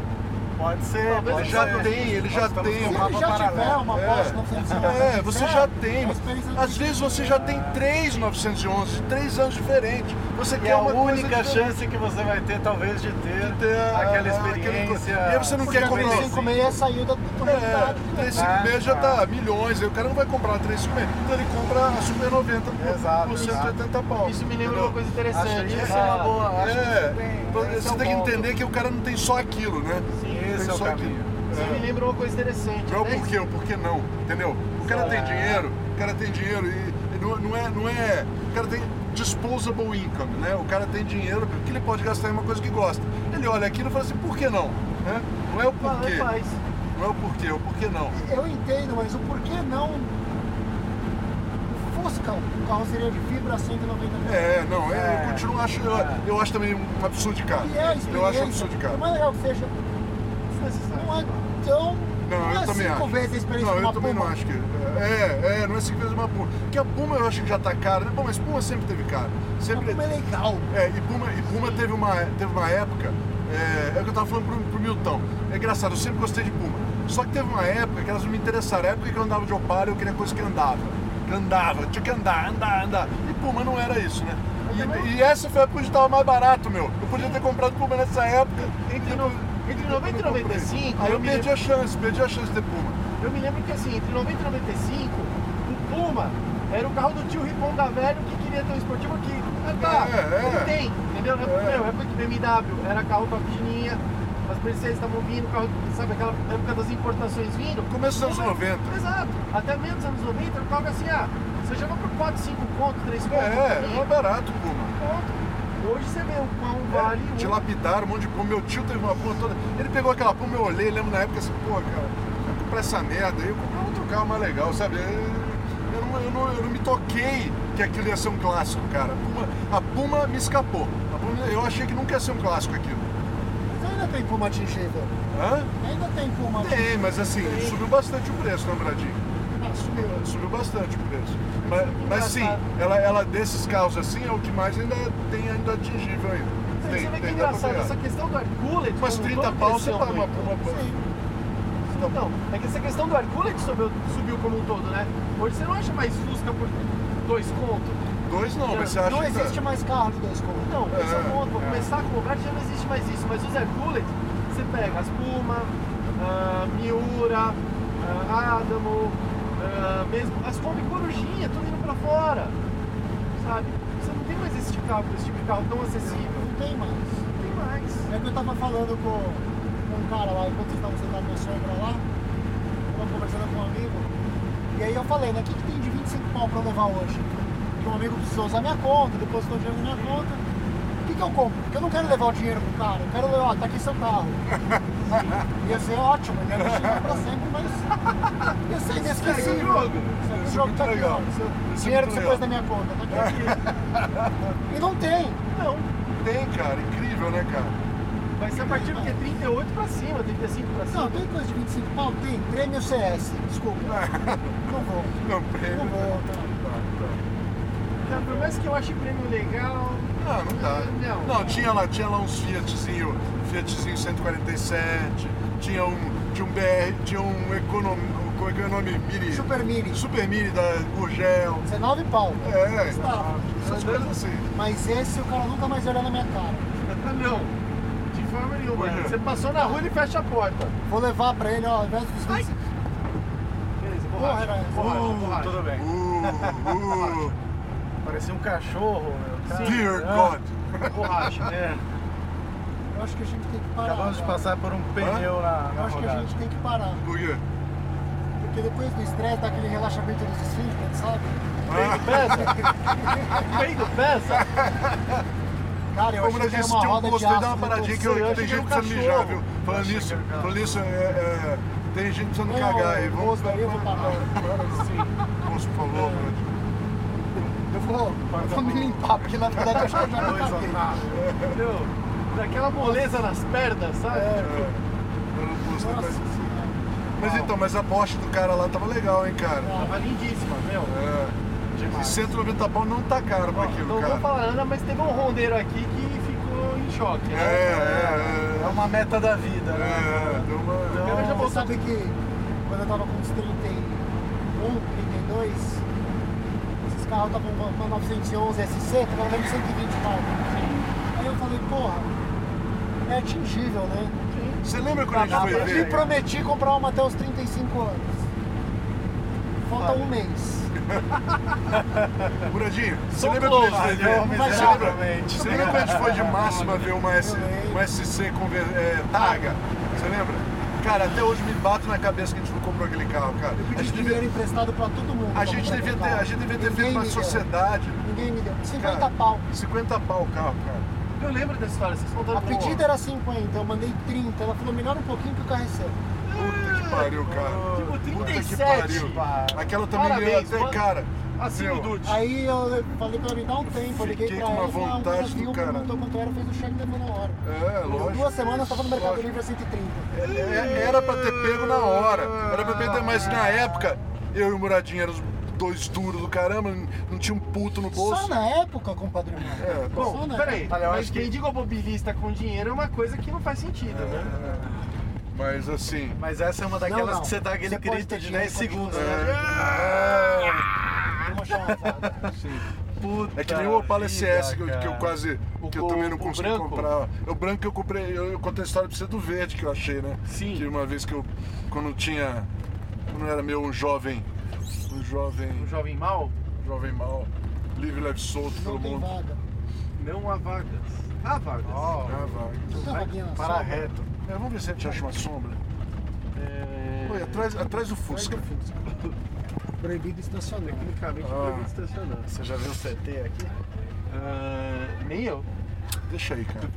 E: Pode ser,
B: Ele
E: pode
B: já
C: É.
E: ser.
B: tem, ele já tem. um
D: Se
B: uma-
D: ele já tiver uma Porsche 911,
B: É, você já tem.
D: uma
B: mas
D: experiência
B: Às vezes você já tem três 911, três anos diferentes. Você
E: E
B: quer
E: é a
B: uma coisa
E: única
B: diferente.
E: chance que você vai ter, talvez, de ter,
B: ter a-
E: aquela
B: a- aquele-
E: experiência.
B: E aí você não
D: Porque
B: quer
D: a
B: comprar-
D: 356 saiu da
B: É,
D: comunidade. né?
B: 356 já tá milhões, aí o cara não vai comprar a 356, então ele compra a Super 90 por,
E: Exato,
B: por
E: exato.
B: 180 pau.
C: Isso me lembra
B: entendeu?
C: uma coisa
E: Acho que
C: interessante.
E: isso é
C: Ah,
E: uma boa. Acho que
B: É,
E: isso tem-
B: então
E: esse é
B: você
E: o
B: tem que
E: ponto.
B: entender que o cara não tem só aquilo, né? Não
E: Esse
B: tem
E: é o
B: só
E: caminho.
B: aquilo.
C: Isso
B: É.
C: me lembra uma coisa interessante.
B: Não é o
C: Dez-
B: porquê, o porquê não, entendeu? O cara tem dinheiro, o cara tem dinheiro e e não, não é, não é. O cara tem disposable income, né? O cara tem dinheiro porque ele pode gastar em uma coisa que gosta. Ele olha aquilo e fala assim, por que não? Né? Não é o
C: Ah,
B: porquê.
C: faz.
B: Não é o porquê, é o porquê não.
D: Eu entendo, mas o porquê não o Fusca, o carroceria de fibra 190 mil?
B: É, não, é, eu continuo acho, eu, eu acho também um absurdo de carro.
D: É. E é a experiência.
B: eu acho um absurdo de
D: Por
B: carro.
D: mais legal que seja, não é tão...
B: Não, eu
D: é
B: também
D: cinco
B: acho.
D: vezes a experiência
B: não,
D: de
B: eu
D: uma
B: também não
D: Puma.
B: acho que. É, é, não é cinco vezes uma Puma. Porque a Puma eu acho que já tá cara, né? Bom, mas Puma sempre teve cara.
D: Uma
B: Sempre,
D: Puma é legal.
B: É, e Puma, e Puma teve, uma, teve uma época, é, é o que eu tava falando pro, pro Milton. É engraçado, eu sempre gostei de Puma. Só que teve uma época que elas não me interessaram. A época que eu andava de Opala, eu queria coisa que andava. Que andava, tinha que andar, andar, andar. E Puma não era isso, né? E, e essa foi a época onde tava mais barato, meu. Eu podia ter comprado Puma nessa época.
C: Entre,
B: Eu
C: no,
B: não-
C: entre
B: eu
C: 90 e
B: não comprei.
C: 95,
B: Aí eu
C: eu me
B: perdi
C: lembro,
B: a chance, perdi a chance de ter Puma.
C: eu me lembro que assim, entre 90 e 95, o Puma era o carro do tio Riponga Velho que queria ter um esportivo aqui. Ah, tá,
B: É, é.
C: ele tem, entendeu?
B: É.
C: É. Meu, época de BMW, era carro com a pigininha, as Mercedes estavam vindo, carro, sabe aquela época das importações vindo.
B: Começo dos anos 90.
C: Exato, até menos anos 90, o carro era assim, ah, você joga por 4, 5 conto, 3 conto,
B: É,
C: cinco
B: era barato Puma.
C: conto. Hoje você vê o quão vale um.
B: Te lapidaram um monte É, de puma. Meu tio teve uma puma toda. Ele pegou aquela puma, eu olhei, lembro na época assim, pô, cara, eu comprei essa merda aí, eu comprei outro carro mais legal, sabe? Eu, eu não, eu não- eu não me toquei que aquilo ia ser um clássico, cara. A puma, a Puma me escapou. A Puma- eu achei que nunca ia ser um clássico aquilo.
D: Mas ainda tem Puma atingível.
B: Hã?
D: Ainda tem Puma
B: Tem, mas assim, subiu bastante o preço, né, Bradinho? Subiu, subiu bastante o preço. Mas, mas sim, ela, ela desses carros assim é o que mais ainda tem ainda atingível ainda.
C: Você
B: Tem,
C: vê que
B: tem, dá
C: é
B: pra
C: engraçado,
B: pegar.
C: essa questão do Hercules. um
B: Mas 30 pau você paga uma puma boa.
C: Não, é que essa questão do Hercules subiu, subiu como um todo, né? Hoje você não acha mais Fusca por dois conto.
B: Dois não, mas você acha
D: Não
B: que.
D: existe mais carro de dois contos.
C: Então, esse é o
B: É,
C: ponto. Vou
B: é.
C: começar a comprar, já não existe mais isso. Mas os Air Bullet, você pega as Puma, ah, Miura, ah, Adamo, ah, mesmo as Kombi Corujinha, tudo indo pra fora. Sabe? Você não tem mais esse tipo de carro, esse tipo de carro tão acessível.
D: um- Não tem mais.
C: Não tem mais.
D: É que eu tava falando com, com um cara lá, enquanto vocês estavam sentados na sombra lá, tava conversando com um amigo, e aí eu falei, né, o que, que tem de 25 pau pra eu levar hoje? Que um amigo precisou usar minha conta, depositou dinheiro na minha conta. O que, que eu compro? Porque eu não quero levar o dinheiro pro cara, eu quero levar, ó, tá aqui seu carro. Ia ser ótimo, ia me xingar pra sempre, mas ia ser
B: Segue o
D: inesquecível.
B: jogo.
D: Segue o
B: Isso é
D: jogo
B: muito
D: tá aqui,
B: legal.
D: ó.
B: Isso é- isso é
D: Dinheiro que
B: muito
D: você
B: legal.
D: pôs na minha conta, tá aqui. E não tem.
C: Não.
B: Tem, um cara. Incrível, né, cara?
C: Vai ser a partir do que? 38 pra cima, 35 pra cima.
D: Não, tem coisa de 25 pau? Tem. Prêmio CS. Desculpa.
B: Ah.
D: Não vou.
B: Não, prêmio.
D: Não vou.
B: tá, tá.
C: Cara, Então, por mais que eu ache prêmio legal.
B: Ah, não dá.
C: Não.
B: tinha lá, tinha lá uns Fiatzinho, Fiatzinho 147, tinha um, tinha um BR, tinha um Economy, um Economy Mini, Super,
D: Super Mini.
B: Mini da Gurgel.
D: 19 pau.
B: É,
D: Tá.
B: essas coisas assim.
D: Mas esse o cara nunca mais olhou na minha cara.
C: Não. De forma nenhuma.
B: Pois é.
C: Você passou na rua, ele fecha a porta.
D: Vou levar pra ele, ó, ao invés dos
C: Ai.
D: 25.
C: Beleza,
D: Porra,
C: borracha.
D: era essa.
C: borracha,
D: Uh,
C: borracha.
E: Tudo
B: É.
E: bem.
B: Uh, uh,
E: Parecia um cachorro, meu. Cara,
B: dear
E: ah,
B: God.
C: Borracha.
E: É,
D: Eu acho que a gente tem que parar.
E: acabamos de
D: cara.
E: passar por um pneu na,
D: Eu
E: na
D: acho que a
E: rodada.
D: gente tem que parar.
B: Por quê?
D: Porque depois do estresse, daquele relaxamento dos esfíncteres, sabe?
C: Peito pesa? Peito pesa?
D: Cara, eu
B: Como
D: achei
B: nós
D: que era
B: disse,
D: uma
B: tinha um
D: roda de
B: posto aí, dá
D: aço.
B: uma paradinha que eu,
D: sei,
B: que
D: achei
B: tem gente
D: que era um
B: precisando mijar, viu?
D: cachorro.
B: Falando
E: achei
B: nisso,
E: que era um cachorro.
B: falando nisso, é, é, tem gente precisando
D: Tem
B: cagar
D: um
B: aí. Vamos
D: rosto ali, eu vou É. parar.
B: Sim. Vamos pro louco, né?
D: Eu vou, eu vou me limpar, porque na verdade eu acho que eu já me
E: Dois
D: caguei.
E: otários.
C: Entendeu? Daquela moleza nas pernas, sabe?
B: Eu É, não posso,
D: Nossa
B: mas-
D: senhora.
B: Mas então, mas a Porsche do cara lá tava legal, hein, cara?
C: Tava lindíssima, meu.
B: É. E
C: Demais.
B: 190 pau não tá caro pra
C: Não
D: então
B: aquilo,
C: vou
B: cara.
C: falar nada, mas teve um rondeiro aqui que ficou em choque.
B: É,
C: Né?
B: é,
E: É uma meta da vida,
B: é.
E: né?
B: É, deu uma.
C: Ela já
D: Então,
C: voltou.
D: você sabe que quando eu tava com uns 31, 32, esses carros estavam com uma 911 SC, estavam dando 120 pau. Aí eu falei, porra, é atingível, né?
B: Você lembra quando a gente foi
D: Eu me
B: ver?
D: prometi comprar uma até os 35 anos. Falta
E: Olha.
D: um mês.
B: Muradinho, você
E: Sou
B: lembra quando a
E: close,
B: gente foi
D: né?
B: ver?
E: eu me
B: Você
D: lembro.
B: lembra- Você lembra quando a gente foi de máxima ver uma, S, uma SC com, é, Targa? Você lembra? Cara, até hoje me bato na cabeça que a gente não comprou aquele carro, cara.
D: Eu
B: A
D: pedi
B: gente
D: dinheiro
B: devia,
D: emprestado pra todo mundo.
B: a
D: pra
B: gente
D: comprar
B: devia ter,
D: aquele
B: a
D: carro.
B: gente devia ter feito
D: Ninguém
B: uma
D: me deu.
B: sociedade.
D: Ninguém me deu. 50
B: Cara,
D: pau.
B: 50 pau o carro, cara.
C: Eu lembro dessa história, vocês contaram
D: A pedida era 50, eu mandei 30. Ela falou, melhor um pouquinho que o carro é seu.
B: Puta que pariu, cara.
C: Tipo,
B: Puta que
C: 37.
B: pariu. Aquela também ganhou
C: Parabéns,
B: até,
C: mano.
B: cara.
C: Assim,
B: meu,
C: o Dude.
D: Aí eu falei pra ela me dar um tempo, eu liguei
B: Fiquei
D: pra
B: com uma
D: ela, falei, ah, um
B: vontade
D: cara
B: do
D: viu,
B: cara.
D: perguntou quanto era, fez o cheque e levou na hora.
B: É,
D: Deu
B: lógico.
D: duas semanas, tava no Mercado
B: Lógico.
D: Livre a 130.
B: É, Era pra ter pego na hora. Era pra ter, mas na época, eu e o Muradinho éramos dois duros do caramba, não- não tinha um puto no
D: Só
B: bolso.
D: na época, compadre Mano.
B: É,
C: Bom,
D: Só na
C: peraí,
E: Olha, eu
C: mas
E: acho que-
C: quem diga mobilista com dinheiro é uma coisa que não faz sentido, né?
B: Mas assim.
E: Mas essa é uma daquelas
D: Não, não.
E: que você dá aquele
D: Você pode
E: grito
D: ter
E: de
D: dinheiro,
E: 10
D: pode
E: segundos,
D: ter
E: né?
C: Ah!
D: Vamos achar uma vaga.
E: Puta
B: É que nem o Opala
E: vida,
B: SS que eu, que eu
E: cara.
B: quase.
C: O-
B: que eu
C: o-
B: também não
C: o
B: consegui
C: branco?
B: comprar. É O branco que eu comprei, eu, eu contei a história pra você do verde que eu achei, né?
C: Sim.
B: Que uma vez que eu. Quando tinha. Quando eu era meu um jovem. Um jovem.
C: Um jovem mal,
B: Jovem mal. Livre, leve, solto pelo
D: Não tem
B: mundo.
D: vaga.
C: não há vagas. Há vagas.
E: Ó,
B: Ah, vai.
D: Não
C: Tá,
D: tem vaguinha na
E: para
D: sobra.
C: um
E: reto.
B: É, vamos ver se a gente acha uma sombra.
C: É...
B: Oi, atrás, atrás do
D: Mas
B: Fusca.
D: do Fusca. Proibido estacionar.
C: Tecnicamente,
B: Ah.
C: proibido estacionar.
E: Você já viu o CT aqui?
C: Ah, nem eu.
B: Deixa aí, cara.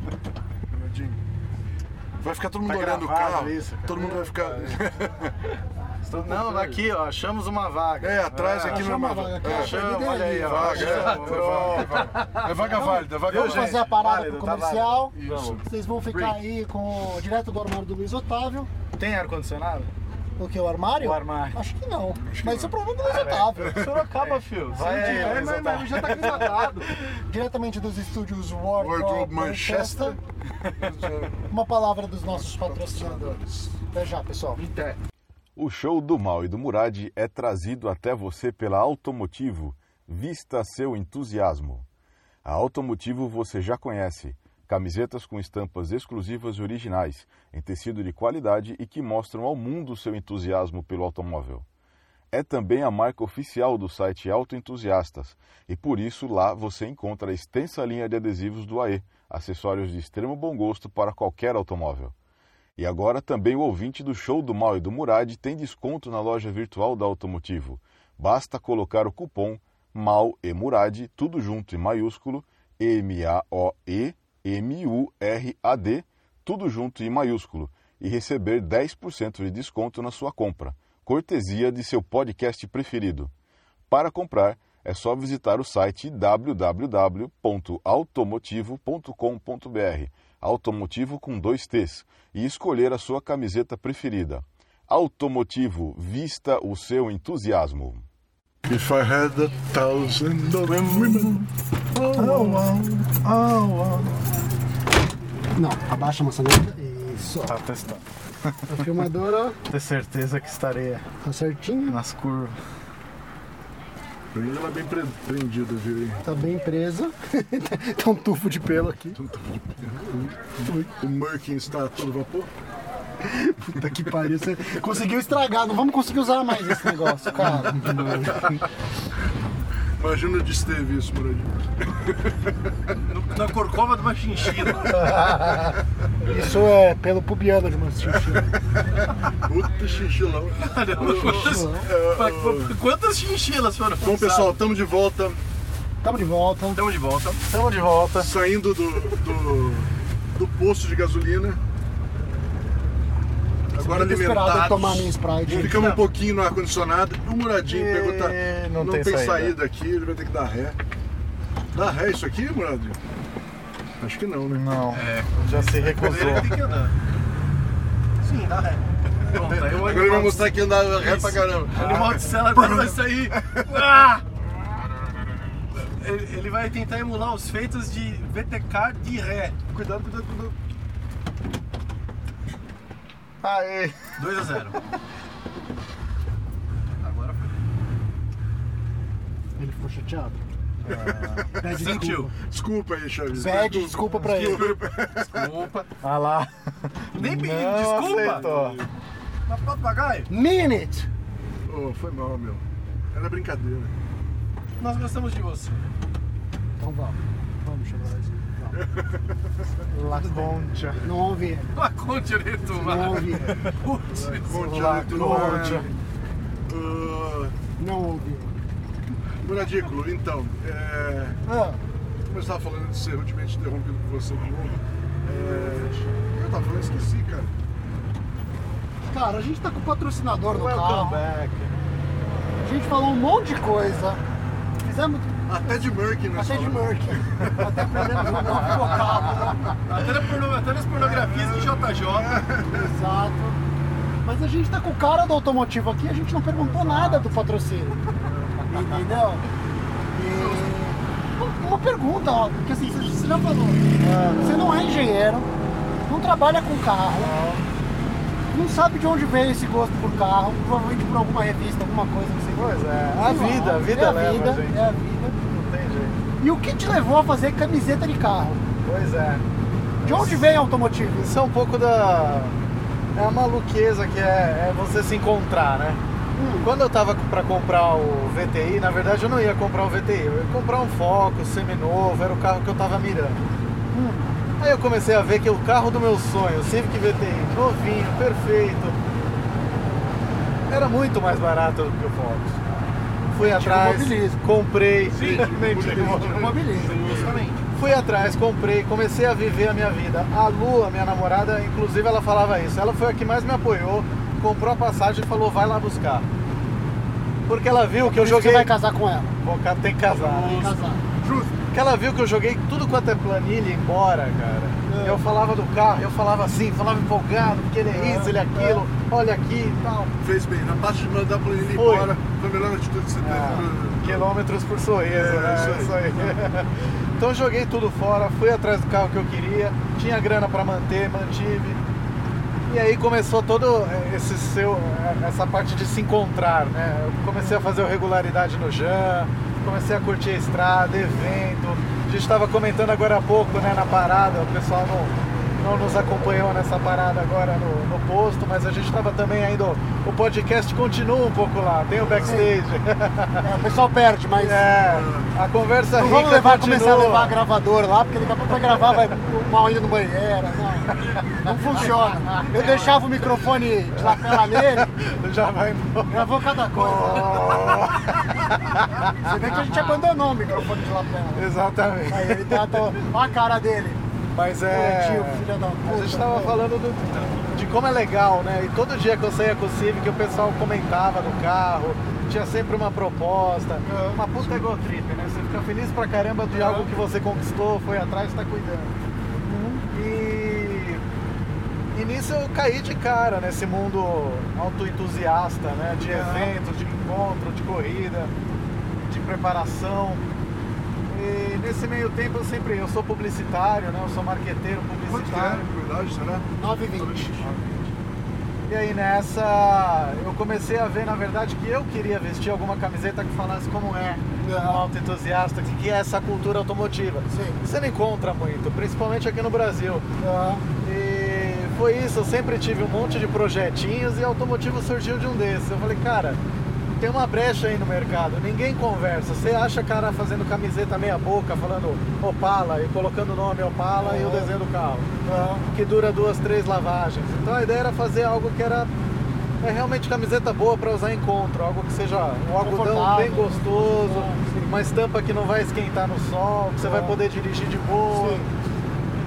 B: Olhadinho. Vai ficar todo mundo
E: Tá
B: olhando o
E: gravado
B: carro.
E: isso, cara. É.
B: todo mundo vai ficar.
E: Não, aqui, ó, achamos uma vaga.
B: É, atrás aqui no
D: chama
B: meu.
D: a vaga,
B: É,
D: cara.
E: Achamos, olha aí, ó.
B: vaga, é, é vaga. É vaga válida, é vaga
E: Viu,
B: válida.
D: Vamos
E: gente?
D: fazer a parada
E: Válido,
D: pro
E: tá
D: comercial.
B: Isso.
D: Vocês vão ficar aí com o direto do armário do Luiz Otávio.
E: Tem ar-condicionado?
D: O que? O armário?
E: O armário.
D: Acho que não. Mas isso é problema do Luiz Otávio.
C: Sorocaba, fio. Se não
E: Vai,
C: tiver,
E: vai,
C: mas,
E: vai.
C: mas já tá gritado.
D: Diretamente dos estúdios Wardrobe,
B: Wardrobe Manchester.
D: Uma palavra dos nossos patrocinadores. Até já, pessoal.
A: O show do Mal e do Murad é trazido até você pela Automotivo, Vista seu entusiasmo. A Automotivo você já conhece. Camisetas com estampas exclusivas e originais, em tecido de qualidade e que mostram ao mundo seu entusiasmo pelo automóvel. É também a marca oficial do site Autoentusiastas e por isso lá você encontra a extensa linha de adesivos do AE, acessórios de extremo bom gosto para qualquer automóvel. E agora também o ouvinte do show do Mal e do Murad tem desconto na loja virtual da Automotivo. Basta colocar o cupom Mal e Murad, tudo junto em maiúsculo, M-A-O-E-M-U-R-A-D, tudo junto em maiúsculo, e receber 10% de desconto na sua compra, cortesia de seu podcast preferido. Para comprar, é só visitar o site www.automotivo.com.br, automotivo com dois T's, e escolher a sua camiseta preferida. Automotivo, vista o seu entusiasmo.
B: If I had a thousand of women. Oh, oh, oh,
D: Não, abaixa a maçaneta. Isso.
C: Tá testando.
D: A filmadora
C: Ter certeza que estarei
D: tá certinho,
C: nas curvas.
B: oh. Ainda ela é bem pre- prendida, viu? hein?
D: tá bem presa. tá um tufo de pelo aqui.
B: O Merkin está a todo vapor.
D: Puta que pariu, você conseguiu estragar, não vamos conseguir usar mais esse negócio, cara.
B: Imagina de esteve isso, Muradinho.
C: Na corcova de uma chinchila.
D: Isso é pelo pubiano de uma chinchila.
B: Puta chinchilão.
C: Quantas chinchilas foram
B: Bom, pessoal, estamos de volta.
D: Tamo de volta.
C: Estamos de volta. Estamos de volta.
B: Saindo do, do, do posto de gasolina. Agora
D: Muito esperado eu
B: alimentados.
D: tomar minha É, Sprite.
B: Ficamos um pouquinho no ar-condicionado. O Muradinho
C: E
B: pergunta.
C: não tem
B: tem
C: saída.
B: saída aqui, ele vai ter que dar ré. Dá ré isso aqui, Muradinho? Acho que não, né?
C: Não, já se recusou.
D: Sim, dá ré. tá um
B: Agora ele vai mostrar que andava ré pra caramba.
D: Ah,
C: Ele Malticela agora vai sair. Ah! Ele ele vai tentar emular os feitos de VTK de ré.
B: Cuidado, cuidado, cuidado.
C: Aê! 2 a 0. Agora foi.
D: Ele ficou chateado. Pede
C: Sentiu.
B: Desculpa aí, Chaves.
D: desculpa. Pede desculpa pra ele.
C: Desculpa.
D: Ah lá.
C: Nem pedi
D: Não
C: desculpa. Mas papagaio,
D: Minute!
B: Ô, foi mal, meu. Era brincadeira.
C: nós gostamos de você.
D: Então vamos. Vamos, Chevroletzinho. Vamos. Lá
C: Concha.
D: Não ouve ele.
C: Uma concha direito,
D: Não
C: mano.
D: ouve ele.
C: Putz.
B: Conte
D: Lá,
B: muito no ar.
D: conte.
B: Ah,
D: Não ouve ele.
B: Muradículo, então, é,
D: Ah,
B: como eu estava falando de ser ultimamente interrompido por você de novo, é, eu estava falando, esqueci, cara.
D: cara, a gente tá com o patrocinador no
C: Welcome
D: carro.
C: back.
D: A gente falou um monte de coisa. Fizemos
B: Até de Merck, né?
D: até de
B: falando.
D: merch. Até perdemos o nome do carro.
C: Até, na porno- até nas pornografias
B: É.
C: de JJ.
D: Exato. Mas a gente tá com o cara do automotivo aqui, a gente não perguntou nada do patrocínio. Entendeu? E... Uma- Uma pergunta, ó, porque assim, você você já falou, você não é engenheiro, não trabalha com carro, não sabe de onde veio esse gosto por carro, provavelmente por alguma revista, alguma coisa que você
C: Pois é, a
D: Sei lá,
C: vida, a vida
D: é a
C: leva,
D: vida,
C: gente.
D: é a vida.
C: Não tem jeito.
D: E o que te levou a fazer camiseta de carro?
C: Pois é.
D: De onde vem automotivo?
C: Isso é um pouco da. É a maluqueza que é, é você se encontrar, né? Quando eu tava pra comprar o VTI, na verdade eu não ia comprar o VTI, eu ia comprar um Focus seminovo, era o carro que eu tava mirando. Aí eu comecei a ver que o carro do meu sonho, o Civic VTI, novinho, perfeito, era muito mais barato do que o Focus. Fui atrás,
D: mobilismo.
C: comprei,
E: É
D: Automobilismo.
C: Fui atrás, comprei, comecei a viver a minha vida. A Lu, a minha namorada, inclusive ela falava isso. Ela foi a que mais me apoiou, comprou a passagem e falou, vai lá buscar. Porque ela viu que eu
D: Você
C: joguei.
D: vai casar com ela.
C: Pô, cara, tem que casar.
D: Vai
C: né?
D: casar.
C: Porque ela viu que eu joguei tudo quanto é planilha embora, cara. É. Eu falava do carro, eu falava assim, falava empolgado, porque ele é isso, ele é aquilo, olha aqui tá. e tal.
B: Fez bem, na parte de mandar pra ele ir
C: Foi.
B: embora, foi a melhor atitude que você teve.
E: É.
C: Ah, Quilômetros por sorriso, né?
B: isso
C: Isso aí. Então joguei tudo fora, fui atrás do carro que eu queria, tinha grana pra manter, mantive. E aí começou todo é, esse é, seu, essa parte de se encontrar, né? Eu comecei a fazer o regularidade no Jan,
E: comecei a curtir a estrada, evento. A gente estava comentando agora há pouco, né, na parada, o pessoal não, não nos acompanhou nessa parada agora no, no posto, mas a gente estava também ainda. O podcast continua um pouco lá, tem o backstage.
D: É, o pessoal perde, mas
E: É, a conversa
D: não
E: rica
D: Então vamos levar,
E: continua.
D: começar a levar gravador lá, porque daqui a pouco vai gravar, vai mal indo no banheiro. Não, não funciona. Eu deixava o microfone de lapela nele,
E: Já vai embora.
D: gravou cada coisa. Você vê que a gente abandonou o microfone de lapela.
E: Exatamente.
D: Aí ele tenta. Olha a cara dele.
E: Mas é.
D: Pô, tio, filha da
E: a gente
D: puta,
E: tava
D: pô.
E: falando do- de como é legal, né? E todo dia que eu saía com o Civic, o pessoal comentava do carro, tinha sempre uma proposta. Uma puta ego trip, né? Você fica feliz pra caramba de algo que você conquistou, foi atrás e tá cuidando. E. E nisso eu caí de cara nesse mundo autoentusiasta, né? De eventos, de encontro, de corrida, de preparação. E nesse meio tempo eu sempre, eu sou publicitário, né? Eu sou marqueteiro
B: Quanto que é,
E: publicitário.
B: na verdade, será?
D: 9h20.
E: E aí nessa eu comecei a ver, na verdade, que eu queria vestir alguma camiseta que falasse como é um autoentusiasta, que que é essa cultura automotiva.
D: Sim.
E: Você não encontra muito, principalmente aqui no Brasil.
D: Ah,
E: E foi isso, eu sempre tive um monte de projetinhos e automotivo surgiu de um desses. Eu falei, cara, tem uma brecha aí no mercado, ninguém conversa. Você acha cara fazendo camiseta meia boca, falando Opala e colocando o nome Opala e o desenho do carro. Que dura duas, três lavagens. Então a ideia era fazer algo que era é realmente camiseta boa para usar em encontro, algo que seja um algodão
D: Confortável.
E: bem gostoso,
D: Ah, sim.
E: uma estampa que não vai esquentar no sol, que você vai
D: Ah.
E: poder dirigir de boa.
D: Sim.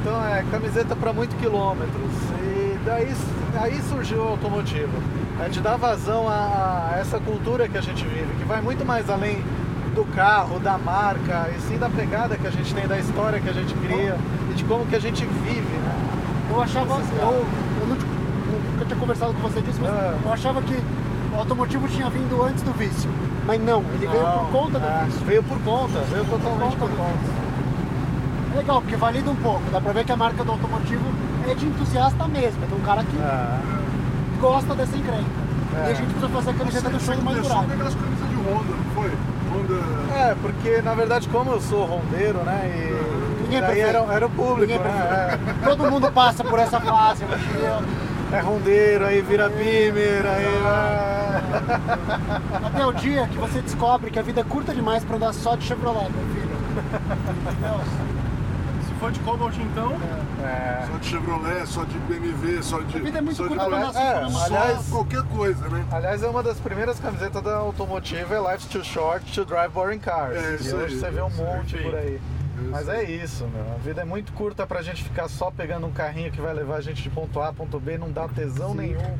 E: Então é camiseta para muito quilômetros. E daí aí surgiu o automotivo. É de dar vazão a, a essa cultura que a gente vive, que vai muito mais além do carro, da marca, e sim da pegada que a gente tem, da história que a gente cria e de como que a gente vive, né?
D: Eu achava. Eu, eu não te- eu nunca tinha conversado com você disso, mas
E: Ah.
D: eu achava que o automotivo tinha vindo antes do vício. Mas não, ele veio
E: Não,
D: por conta do
E: é,
D: vício.
E: Veio por conta, veio totalmente por conta.
D: É legal, porque valida um pouco. Dá pra ver que a marca do automotivo é de entusiasta mesmo. É de um cara que
E: É.
D: gosta dessa encrenca.
E: É.
D: E a gente precisa fazer a camiseta do show do mais
B: Começou com
D: buraco.
B: aquelas camisas de Honda, não foi? Honda.
E: É, porque na verdade, como eu sou rondeiro, né? E
D: Ninguém é
E: daí
D: perfeito.
E: era, um, era o público,
D: Ninguém é
E: né?
D: perfeito. Todo mundo passa por essa fase. hoje em dia.
E: É, é rondeiro, aí vira pimer, aí. é.
D: Até o dia que você descobre que a vida é curta demais pra andar só de Chevrolet, meu filho. Entendeu?
C: Se for de Cobalt, então,
E: É.
B: Só de Chevrolet, só de BMW, só de.
D: A vida é muito
B: só de
D: curta pra andar né, só
E: é,
D: de
B: só
D: Chevrolet.
E: Aliás-
B: qualquer coisa, né?
E: Aliás, é uma das primeiras camisetas da automotiva é Life's Too Short to Drive Boring Cars.
B: É,
E: e
B: isso
E: hoje
B: aí,
E: você vê um
B: isso
E: monte
C: aí.
E: por aí.
B: Isso
E: Mas é isso, meu. A vida é muito curta pra gente ficar só pegando um carrinho que vai levar a gente de ponto A a ponto B, não dá tesão nenhum,
B: É.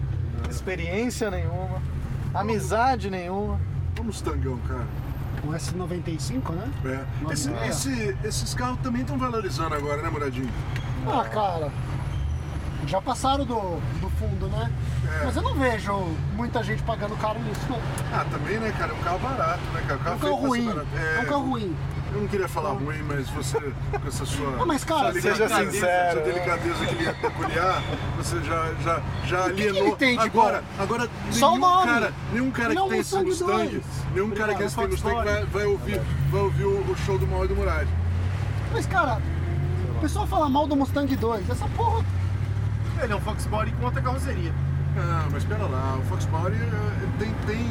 E: experiência nenhuma, amizade nenhuma.
B: Vamos tangão, cara.
D: Um S95, né?
B: É. Esse-
D: Nossa.
B: esse- esses carros também estão valorizando agora, né, Muradinho?
D: Ah, cara. Já passaram do, do fundo, né?
B: É.
D: Mas eu não vejo muita gente pagando caro nisso. não.
B: Ah, também, né, cara? É um carro barato, né, cara? Um
D: É
B: carro,
D: um carro ruim.
B: feito pra ser barato.
D: É um carro ruim.
B: Eu não queria falar ruim, mas você, com essa sua.
D: Ah, mas, cara,
B: sua
E: seja
B: delicadeza,
E: sincero,
B: Sua delicadeza que lhe é peculiar, você já, já, já
D: que que
B: alienou.
D: ele tem de
B: agora, agora,
D: Só o
B: nenhum
D: nome.
B: cara, nenhum cara
D: Não
B: que tem
D: o
B: esse
D: Sangue
B: Mustang,
D: dois.
B: nenhum cara que é
D: Obrigado,
B: esse tem
D: Fox
B: Mustang vai, vai ouvir, vai ouvir o, o show do Mauro e do Murad.
D: Mas, cara, o pessoal fala mal do Mustang 2. Essa porra.
C: ele é um Fox Body com outra carroceria.
B: Ah, mas pera lá, o Fox Mauro tem, tem,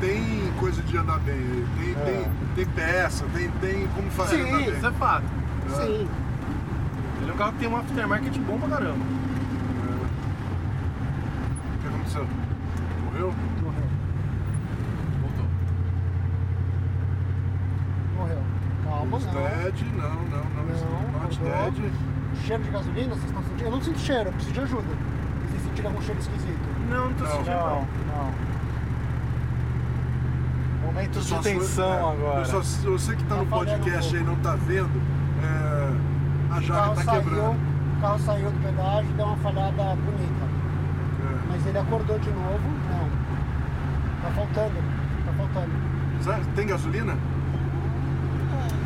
B: tem coisa de andar bem, tem, tem, tem peça, tem, tem como fazer
D: Sim,
B: andar bem.
C: Isso é fato.
D: Sim.
C: Ele é um carro que tem um aftermarket bom pra caramba.
B: O que aconteceu? Morreu?
C: Voltou.
D: Morreu. Calma, não.
B: Mustad, não, não, não. isso
D: Não,
B: não é Mustad.
D: Cheiro de gasolina, vocês estão sentindo? Eu não sinto cheiro, eu preciso de ajuda. Vocês sentiram algum cheiro esquisito?
C: Não, não tô
B: Não.
C: sentindo.
E: Não,
C: não.
E: não. Momentos
B: Só
E: de
B: sou- é,
E: tensão agora.
B: Eu só, você que tá,
D: Tá
B: no
D: falhando
B: podcast
D: um
B: aí e não tá vendo, é, a
D: O
B: jarra
D: carro,
B: tá
D: saiu,
B: quebrando.
D: o carro saiu do pedágio e deu uma falhada bonita.
B: É,
D: Mas ele acordou de novo. Não. Tá faltando. Tá faltando.
B: sabe, tem gasolina?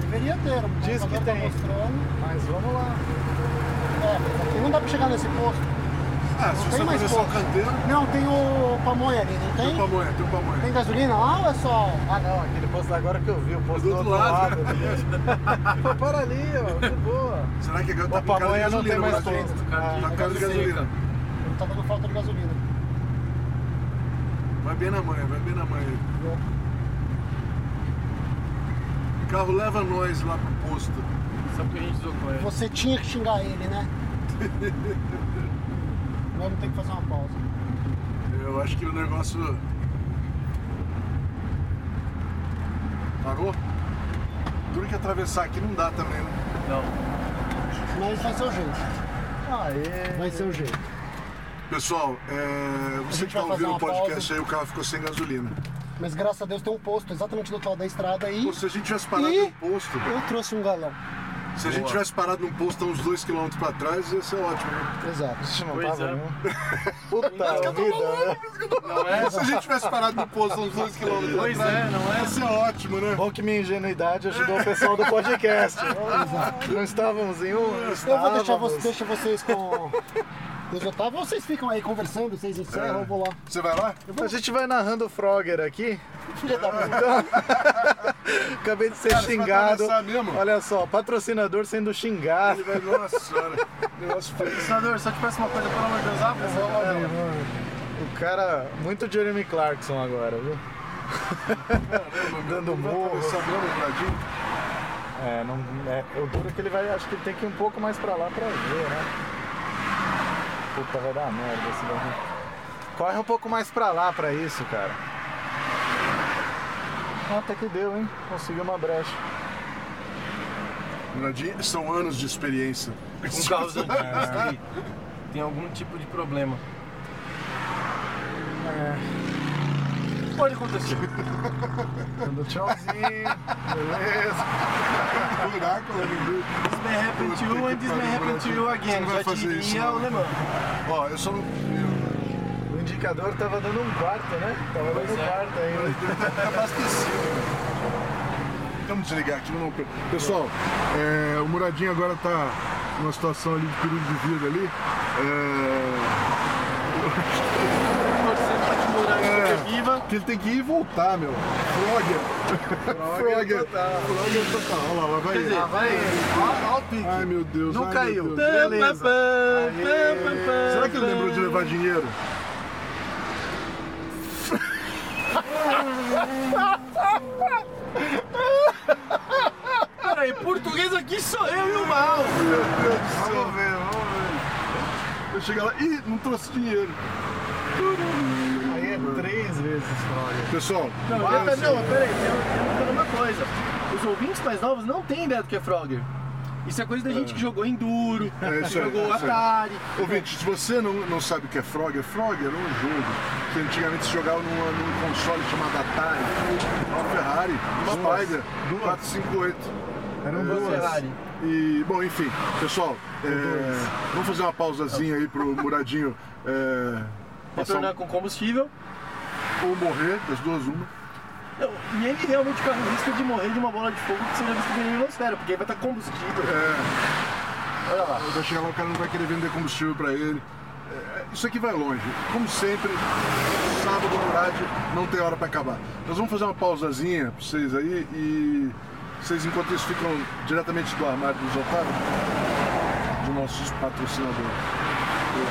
D: Deveria ter. o
E: Diz que
D: computador
E: tem.
D: Tá mostrando.
E: Mas vamos lá.
D: É, mas aqui não dá pra chegar nesse posto.
B: Ah, se
D: Não
B: você
D: tem mais
B: fazer só
D: pouco.
B: canteiro,
D: Não, tem o pamonha ali, não
B: tem o
D: tem?
B: pamonha, tem o pamonha.
D: Tem gasolina lá ou é só...
E: Ah não, aquele posto lá agora que eu vi, o posto
B: Do
E: do
B: outro
E: outro
B: lado.
E: lado. Pô, para ali, ó, de boa.
B: Será que agora
E: O
B: tá com cara de
E: pamonha não tem
B: gasolina?
E: mais
B: Brasil?
E: ponto.
B: Tá com cara de gasolina.
D: Não tá dando falta de gasolina.
B: Vai bem na manhã, vai bem na manhã. O carro leva nós lá pro posto.
C: Só porque a gente trocou ele.
D: Você tinha que xingar ele, né? Agora tem que fazer uma pausa.
B: Eu acho que o negócio. Parou? Duro que atravessar aqui não dá também, né?
C: Não.
D: Mas vai ser o jeito.
E: Aê.
D: Vai ser o jeito.
B: Pessoal, é, você
D: gente
B: que tá
D: vai fazer
B: ouvindo
D: uma
B: o podcast
D: pausa.
B: aí, o carro ficou sem gasolina.
D: Mas graças a Deus tem um posto exatamente do outro lado da estrada e
B: Pô, se a gente tivesse parado
D: Ih!
B: num posto,
D: eu trouxe um galão.
B: se a gente
C: Boa.
B: tivesse parado num posto a uns 2km pra trás, ia ser ótimo, né?
D: Exato.
E: Ixi, não
C: Pois
E: tava
C: é.
E: nenhum. Puta vida. né?
C: Não é?
B: Se a gente tivesse parado num posto a uns 2km pra
C: Pois
B: trás,
C: é, não é?
B: ia ser ótimo, né?
E: Bom que minha ingenuidade ajudou o pessoal do podcast. não estávamos em um.
D: Eu vou deixar
E: estávamos.
D: vo- deixa vocês com os Otávio. ou Vocês ficam aí conversando, vocês encerram, eu vou lá.
B: Você vai lá?
E: A gente vai narrando o Frogger aqui.
D: Filha da puta.
E: Acabei de ser
B: Cara, você vai
E: xingado.
B: atravessar mesmo?
E: Olha só, patrocinador sendo xingado.
B: Ele vai, nossa senhora, negócio feio.
C: Senador, só te peço uma coisa, pelo amor de Deus, abre essa
E: É,
C: roda.
E: mano, o cara, muito Jeremy Clarkson agora, viu? Dando
B: Vai
E: burro.
B: atravessar mesmo, Vladimir?
E: É, não, é, eu duro que ele vai, acho que ele tem que ir um pouco mais pra lá pra ver, né? Puta, vai dar merda esse daí. Corre um pouco mais pra lá pra isso, cara. Ah, Até que deu, hein? Conseguiu uma brecha.
B: Muradinho, são anos de experiência.
C: Com carros antigos que tem algum tipo de problema. É. Pode acontecer.
E: Dando um tchauzinho, beleza.
B: Buraco, né?
C: This may happen to you and this may happen to you again.
B: Você vai
C: Já
B: fazer isso,
C: diria
B: não?
C: o alemão.
B: Ó, eu só não. eu-
E: O indicador tava dando um quarto, né? Tava
C: Pois
E: dando um
C: é.
E: quarto ainda.
B: Tá abastecido. Vamos desligar aqui, não. Pessoal, é, o Muradinho agora tá numa situação ali de perigo de vida ali. É,
C: Torcendo pra te morar
B: É.
C: em Boca viva.
B: que ele tem que ir e voltar, meu. Frogger. Frogger.
E: total.
B: Frogger total. Olha lá, lá vai
C: Quer dizer,
B: ele.
C: vai.
B: Olha o pique. Ai, meu Deus.
E: Não
B: ai,
E: caiu.
B: meu Deus.
E: Beleza.
B: Será que ele lembrou de levar dinheiro?
C: Peraí, português aqui sou eu e o mal.
B: Meu Deus do céu. Vamos ver, vamos ver. Eu chego lá, ih, não trouxe dinheiro.
E: Aí é três vezes Frogger.
B: Pessoal,
C: Não,
B: vai,
C: não,
B: assim,
C: não, peraí, tem, tem uma coisa. Os ouvintes mais novos não têm ideia do que é Frogger. Isso é coisa da gente que jogou Enduro,
B: É
C: que
B: isso aí,
C: jogou
B: é isso aí.
C: Atari.
B: Ouvinte, se você não, não sabe o que é Frogger, Frogger era um jogo que antigamente se jogava numa- num console chamado Atari, uma Ferrari, uma Spider, 458.
E: Eram
C: Duas
E: duas.
C: Ferrari.
B: E, bom, enfim, pessoal, é, vamos fazer uma pausazinha aí pro Muradinho é, passar
C: Retornar com combustível.
B: um- ou morrer, das duas uma.
C: Não, E ele realmente corre o risco de morrer de uma bola de fogo que seja vista na atmosfera, porque aí vai estar combustível.
B: É,
C: Olha lá.
B: vai chegar lá, o cara não vai querer vender combustível pra ele. É, isso aqui vai longe. Como sempre, sábado no rádio não tem hora pra acabar. Nós vamos fazer uma pausazinha pra vocês aí e vocês enquanto isso ficam diretamente do armário dos otários, do nosso patrocinador.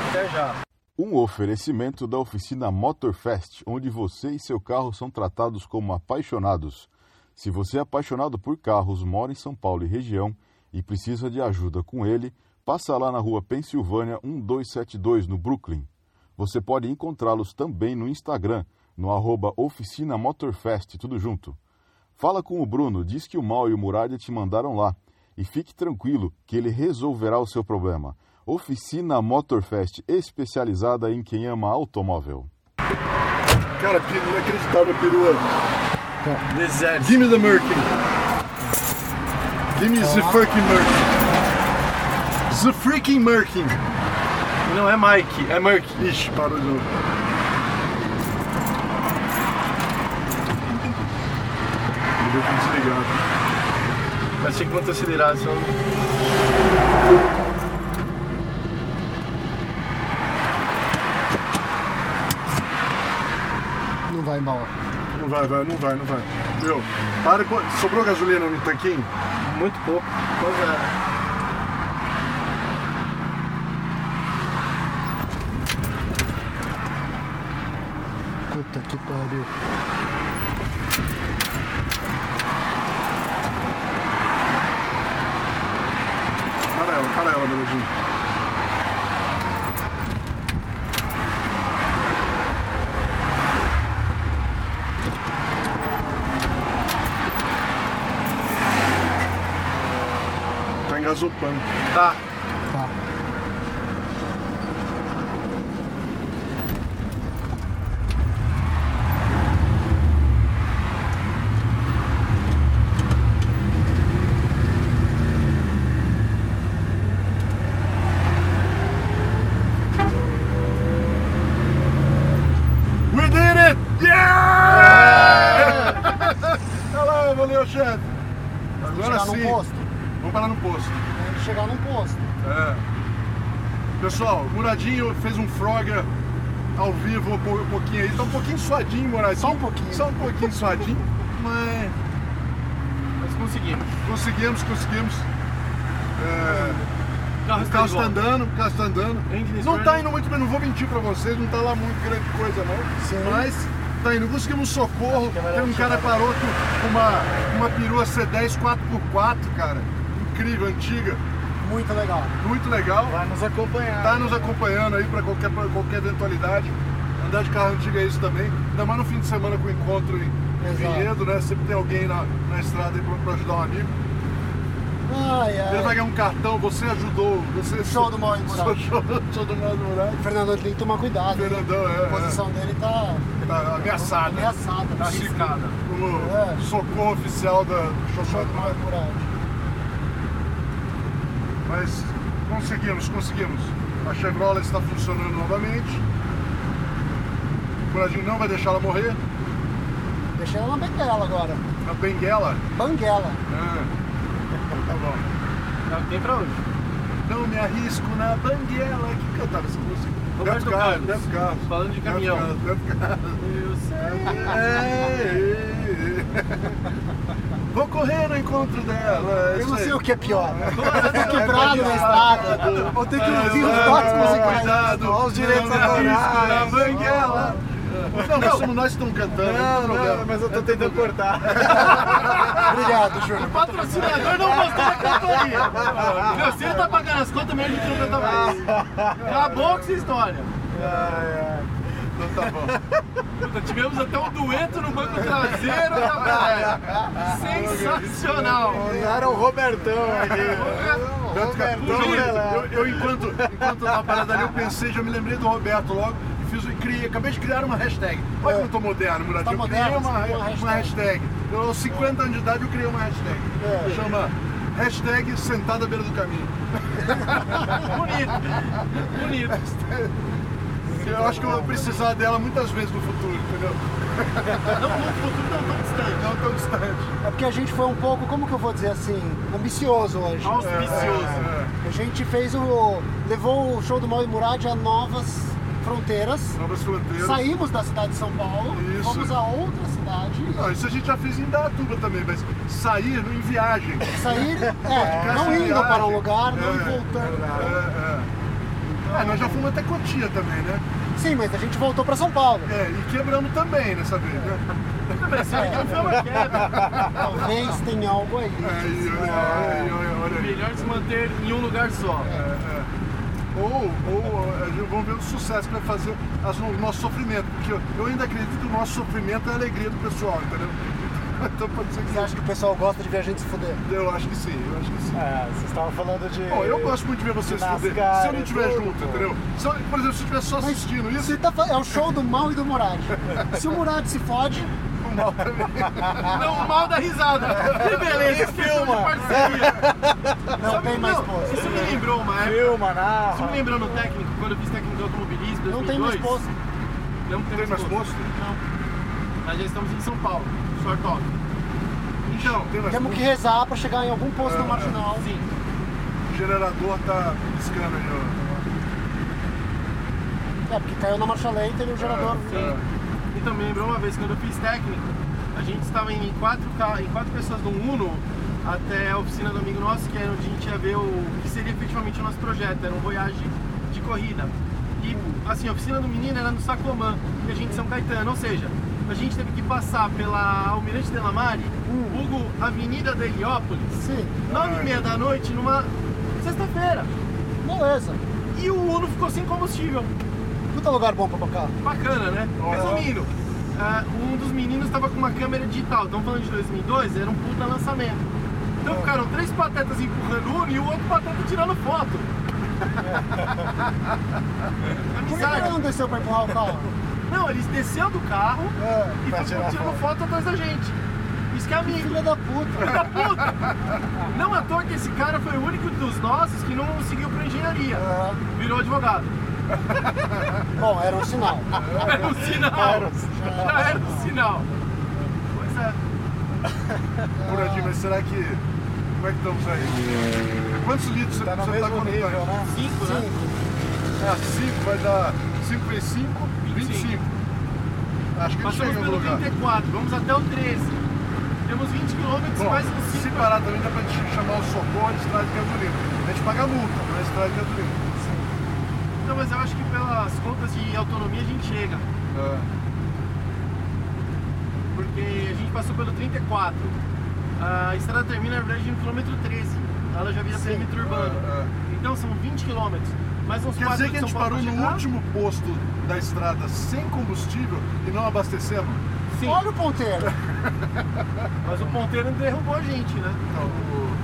C: Até já.
A: Um oferecimento da oficina Motorfest, onde você e seu carro são tratados como apaixonados. Se você é apaixonado por carros, mora em São Paulo e região e precisa de ajuda com ele, passa lá na rua Pensilvânia 1272, no Brooklyn. Você pode encontrá-los também no Instagram, no arroba oficina Motorfest, tudo junto. Fala com o Bruno, diz que o Mal e o Muralha te mandaram lá. E fique tranquilo que ele resolverá o seu problema. Oficina Motorfest, especializada em quem ama automóvel.
B: Cara, que inacreditável a perua.
C: Deserto.
B: Give me the Merkin. Give me
C: Tá
B: the fucking Merkin. The freaking Merkin.
C: Não é Mike, é Merck.
B: Ixi, parou de novo. Me deu tudo desligado.
C: Mas tinha que manter acelerado, senão.
D: vai embora.
B: Não vai, vai, não vai, não vai. Meu, para, com- sobrou gasolina no tanquinho?
E: Muito pouco.
B: Pois é.
D: Puta que pariu.
B: Para ela, para ela, Beladinho. Tá engasopando.
E: Tá.
D: Tá.
B: We did it! Yeah! Olha lá, valeu, chefe. Agora
D: chegar
B: sim.
D: num posto.
B: Vamos parar no posto.
D: Tem que chegar num posto.
B: É. Pessoal, o Muradinho fez um Frogger ao vivo um pou- um pouquinho aí. Tá um pouquinho suadinho, Muradinho. Só um pouquinho. Só um pouquinho suadinho. Mas
C: Mas conseguimos.
B: conseguimos, conseguimos. É,
C: O carro
B: o
C: está
B: carro
C: Ah, tá
B: está
C: de volta.
B: andando, o carro está andando.
C: Engine
B: Não tá
C: starter.
B: indo muito bem, não vou mentir pra vocês, não tá lá muito grande coisa não.
D: Sim.
B: Mas tá indo. Conseguimos socorro.
E: é melhor
B: Tem um cara parou com uma, uma perua C10 4x4, cara. Incrível, antiga.
D: Muito legal.
B: Muito legal.
E: Vai nos acompanhar.
B: tá nos acompanhando aí para qualquer, pra qualquer eventualidade. Andar de carro antigo é isso também. Ainda mais no fim de semana com o encontro em em
D: Exato.
B: Vinhedo, né? Sempre tem alguém na, na estrada aí pra, pra ajudar um amigo.
D: Ai,
B: Ele vai
D: ai.
B: ganhar um cartão, você ajudou. Você
D: É. Show do mal e moral.
B: Show, show do mal e moral.
D: Fernando tem que tomar cuidado. hein?
B: Fernandão, é.
D: A posição dele tá
B: é, tá ameaçada.
D: ameaçada.
B: Tá chicada.
D: É.
B: O socorro oficial da do Xoxó do Mar. Mas conseguimos, conseguimos. A Chevrolet está funcionando novamente. O Brasil não vai deixar ela morrer.
D: Deixei ela na benguela agora.
B: A Benguela.
D: Banguela.
B: Ah, tá bom.
C: Não tem pra hoje.
B: Não me arrisco na Banguela. Quem cantava essa música?
C: Roberto
B: Beto
C: Carlos.
B: Beto Carlos.
C: Falando de caminhão.
B: Beto Carlos. Beto Carlos.
C: Eu sei.
B: Ei, ei. Vou correr no encontro dela.
D: Eu não sei o que é pior.
B: é
D: Quebrado na estrada. Vou ter que ouvir os toques musicais.
B: Ah, Cuidado,
E: Olha os direitos
B: não me arrisco
E: autorais.
B: na Banguela. Não, nós somos nós que estamos cantando.
E: Não,
B: problema.
E: não, mas eu tô tentando cortar.
D: Obrigado, Júnior.
C: Patrocinador não gostou da cantoria. Meu, se ele tá pagando as contas, mesmo a gente não canta mais. Acabou com essa história.
B: Então tá bom.
C: Puta, tivemos até um dueto no banco traseiro da praia. Sensacional.
E: Mandaram o Robertão aqui.
B: Tanto que-
E: Robertão,
B: eu,
E: Pelé.
B: eu, eu, enquanto, enquanto tava parado ali, eu pensei, já me lembrei do Roberto logo e fiz, e criei, acabei de criar uma hashtag. Olha como eu tô moderno, Muradinho.
D: Tá
B: eu criei
D: moderno,
B: uma,
D: você criou
B: uma
D: uma
B: hashtag. Eu, aos 50 anos de idade, eu criei uma hashtag.
D: É.
B: Chama hashtag sentada à beira do caminho.
C: Bonito. Bonito.
B: Eu acho que eu vou precisar dela muitas vezes no futuro, entendeu?
C: Não, no futuro não tão distante.
B: Não tão distante.
D: É porque a gente foi um pouco, como que eu vou dizer assim, ambicioso hoje.
C: Auspicioso.
B: É,
D: A gente fez o. levou o show do Mal e Murad a novas fronteiras.
B: é. Novas fronteiras.
D: Saímos da cidade de São Paulo,
B: Isso.
D: fomos a outra cidade.
B: Não, isso a gente já fez em Datuba também, mas sair em viagem.
D: Sair, é, não
B: Essa
D: indo
B: viagem.
D: para um lugar, não
B: É,
D: voltando.
B: É, é. É, nós já fomos até Cotia também, né?
D: Sim, mas a gente voltou para São Paulo.
B: É, e quebramos também nessa vez, né?
C: Foi uma quebra.
D: Talvez tenha algo aí.
B: Aí, olha aí, olha aí, olha aí.
C: Melhor se manter em um lugar só.
B: É, é. Ou, ou a gente- vamos ver o sucesso que vai fazer as- o nosso sofrimento, porque eu, eu ainda acredito que o nosso sofrimento é a alegria do pessoal, entendeu? Então pode ser que
D: Você acha que o pessoal gosta de ver a gente se fuder?
B: Eu acho que sim, eu acho que sim.
E: É, vocês estavam falando de.
B: Bom, eu gosto muito de ver vocês
E: Nas
B: fuder, se eu
E: caras,
B: não estiver
E: tudo,
B: junto,
E: pô.
B: entendeu? Se eu- por exemplo, se eu estiver só assistindo isso,
D: Você tá fa- é o show do mal e do Murad. Se o Murad se fode,
B: o mal também.
C: Não, mal da risada. Que beleza. Que filme de parceria.
D: não
C: Sabe,
D: tem mais posto.
C: Isso me lembrou uma época.
E: Filma, narra.
C: Isso me lembrou no técnico, quando eu fiz técnico de automobilismo.
D: Não tem mais
C: 2002.
D: posto.
C: Não tem,
B: é Tem mais posto?
C: Não. Nós já estamos em São Paulo. Short off. Então,
B: Tem mais
D: Temos que rezar para chegar em algum
B: É.
D: posto na Então, marginal.
C: sim.
B: O gerador tá piscando ali, ó.
D: É, porque caiu na marcha lenta e o
B: É.
D: gerador
C: Sim. E também lembrou uma vez quando eu fiz técnico, a gente estava em quatro, ca- em quatro pessoas do Uno até a oficina do amigo nosso, que era onde a gente ia ver o que seria efetivamente o nosso projeto, era um voyage de corrida. E assim, a oficina do menino era no Sacomã, e a gente em São Caetano, ou seja, a gente teve que passar pela Almirante Delamare, vulgo Avenida da Heliópolis,
D: Sim,
C: nove e meia da noite, numa sexta-feira.
D: moleza.
C: E o Uno ficou sem combustível.
D: Puta lugar bom pra tocar.
C: Bacana, né? Resumindo, ah, um dos meninos estava com uma câmera digital, estamos falando de 2002, era um puta lançamento. Então ficaram três patetas empurrando um e o outro pateta tirando foto.
D: Por que que ele
C: Amizade.
D: não desceu pra empurrar o carro?
C: Não, eles desceu do carro
D: É,
C: e ficam
E: pra tirar
C: tirando foto. atrás da gente. Isso que é amigo.
D: filha da puta.
C: da puta! Não à toa que esse cara foi o único dos nossos que não seguiu pra engenharia. Virou advogado.
D: Bom, era um sinal.
B: Tá
C: Era um sinal. Já era um sinal. Pois é.
B: Muradinho, mas será que. Como é que estamos aí? Quantos litros você
E: Tá no
B: você tá
E: mesmo
B: contando?
E: nível, né?
C: Cinco, né?
B: Ah, 5 vai dar 5 vezes 5,
C: 25.
B: 25. Acho que a gente
C: Passamos
B: chega no
C: pelo
B: lugar.
C: 34, vamos até o 13. Temos 20 km
B: Bom,
C: mais uns
B: se
C: 5.
B: parar também dá pra gente chamar o socorro de estrada de gasolina. A gente paga a multa pra estrada de gasolina.
C: Não, então, mas eu acho que pelas contas de autonomia a gente chega.
B: É.
C: Porque a gente passou pelo 34. Ah, A estrada termina, na verdade, no quilômetro 13. Ela já vira perímetro urbano.
B: é, é.
C: Então são 20 km. Mais uns
B: Quer
C: 4
B: dizer
C: de
B: que a
C: São
B: gente
C: Paulo
B: parou
C: pra
B: no
C: chegar?
B: último posto da estrada sem combustível e não abastecemos?
C: Sim,
D: Olha o ponteiro.
C: mas o ponteiro derrubou a gente, né?
B: Então, o-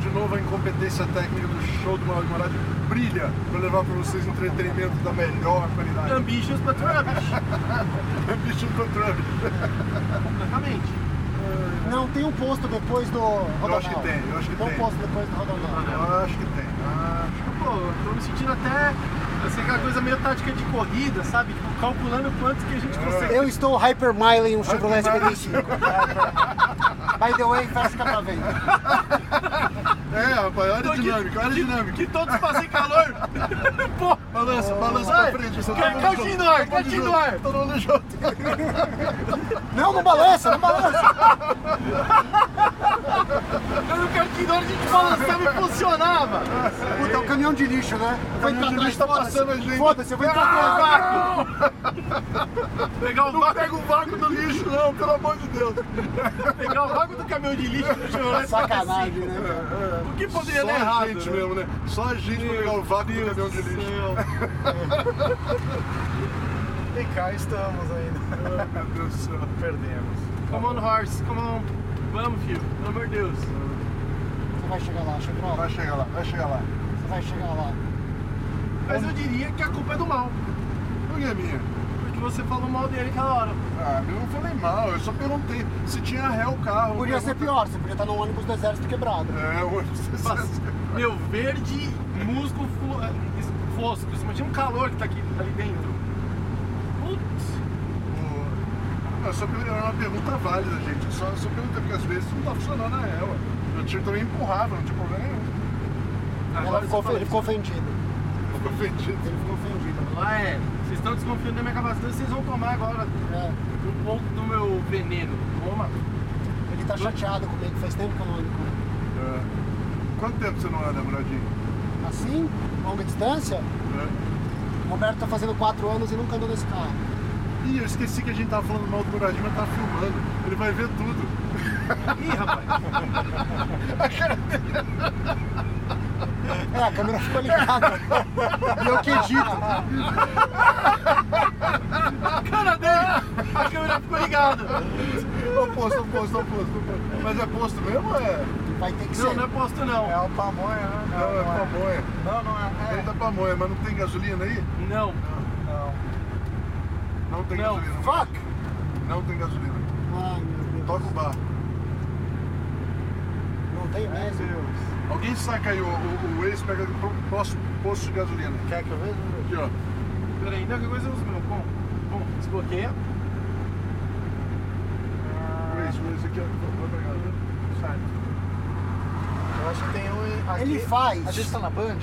B: de novo, a incompetência técnica do show do Mauro de Moradi brilha pra levar pra vocês um entretenimento da melhor qualidade.
C: Ambitions but rubbish,
B: Bicho controle.
C: completamente.
D: Não, tem um posto depois do Rodonel.
B: acho que tem, eu acho que
D: tem.
B: tem.
D: um posto depois do Rodonel.
B: Eu acho que tem. Ah,
C: Pô, eu tô me sentindo até assim, aquela coisa meio tática de corrida, sabe? Tipo, calculando quanto que a
B: Ah.
C: gente consegue.
D: Eu estou hypermiling um Chevrolet Expedition. By the way, festa pra venda.
B: É, rapaz, olha a
C: que-
B: dinâmica, olha a dinâmica.
C: Que todos fazem calor. Pô,
B: Balança, balança pra frente. você tá no jogo. Tá
C: continua,
B: Todo mundo
C: continua.
B: junto, Todo mundo junto.
D: Não, não balança, não balança.
C: eu não quero que na hora de gente balançava e funcionava.
D: Puta, é um caminhão de lixo, né?
B: Caminhão
D: Foi
B: de
D: pra trás,
B: lixo tá
D: foda-se.
B: passando a gente.
D: Foda-se, eu vou entrar
C: Ah,
D: atrás.
C: vácuo. Pegar o
B: Não
C: vácuo,
B: pega o vácuo do lixo, não, pelo amor de Deus.
C: pegar o vácuo do caminhão de lixo do Chevrolet
D: Sacanagem, né? cara?
C: O que poderia
B: Só
C: dar
B: a
C: errado?
B: gente
C: né?
B: mesmo, né? Só a gente pra pegar o vácuo do caminhão de lixo.
E: E cá estamos ainda.
B: Meu Deus do céu.
E: Perdemos.
C: Come on, horse, come on. Vamos, filho, pelo amor de Deus.
D: Você vai chegar lá, Chevrolet.
B: Vai chegar lá, vai chegar lá.
D: Você vai chegar lá.
C: Mas eu diria que a culpa é do mal.
B: Não é minha.
C: Porque você falou mal dele aquela hora.
B: Ah, eu não falei mal, eu só perguntei se tinha ré o carro.
D: Podia ser pior, você podia estar num ônibus do exército quebrado.
B: É, o
C: Nossa, Meu, verde, musgo flu- eh, es- fosco. Você imagina o calor que tá aqui, ali dentro. Putz.
B: Não, só perguntei, era uma pergunta válida, gente. Eu Só, só perguntei, porque às vezes não tá funcionando a ré, ué. Meu tio também empurrava, não tinha problema nenhum.
D: Ela
C: Agora
D: ficou,
C: você fala
D: ele ficou ofendido.
B: Ficou ofendido.
D: Ele ficou ofendido.
C: isso. Ah, é. Vocês estão desconfiando da minha capacidade, vocês vão tomar agora
D: É,
C: um pouco do meu veneno. Toma.
D: ele tá chateado comigo, faz tempo que eu não ando com ele.
B: É. Quanto tempo você não anda, Muradinho?
D: Assim, longa distância,
B: É.
D: o Roberto tá fazendo 4 anos e nunca andou nesse carro.
B: Ih, eu esqueci que a gente tava falando mal do Muradinho, mas tava filmando. Ele vai ver tudo.
C: Ih, rapaz.
D: É, a câmera ficou ligada. e eu que edito.
C: A cara dele. A câmera ficou ligada.
B: Ô, posto, ô, posto, ô, posto. ô, posto. Mas é posto mesmo ou é?
D: Vai ter que
C: Não,
D: ser.
C: não é posto, não.
E: É o pamonha, né?
B: Não, é pamonha.
E: Não, não
B: Ele
E: é.
B: tá pamonha, mas não tem gasolina aí?
C: Não.
E: é. Não.
B: Não tem
C: Não.
B: gasolina.
D: Fuck!
B: Não tem gasolina.
D: Ai, meu Deus.
B: Toca o bar.
D: Não tem
E: Meu
D: mesmo.
E: Deus.
B: Alguém saca aí o, o, o Waze, pega o próximo posto de gasolina.
E: Quer que eu veja?
B: Aqui, ó.
C: Peraí, não, que coisa eu uso meu. Bom, bom, desbloqueia.
B: Waze, Waze aqui, ó. Vai pegar. né?
E: Eu acho que tem um em- aqui.
D: Ele faz.
E: A gente tá na Band?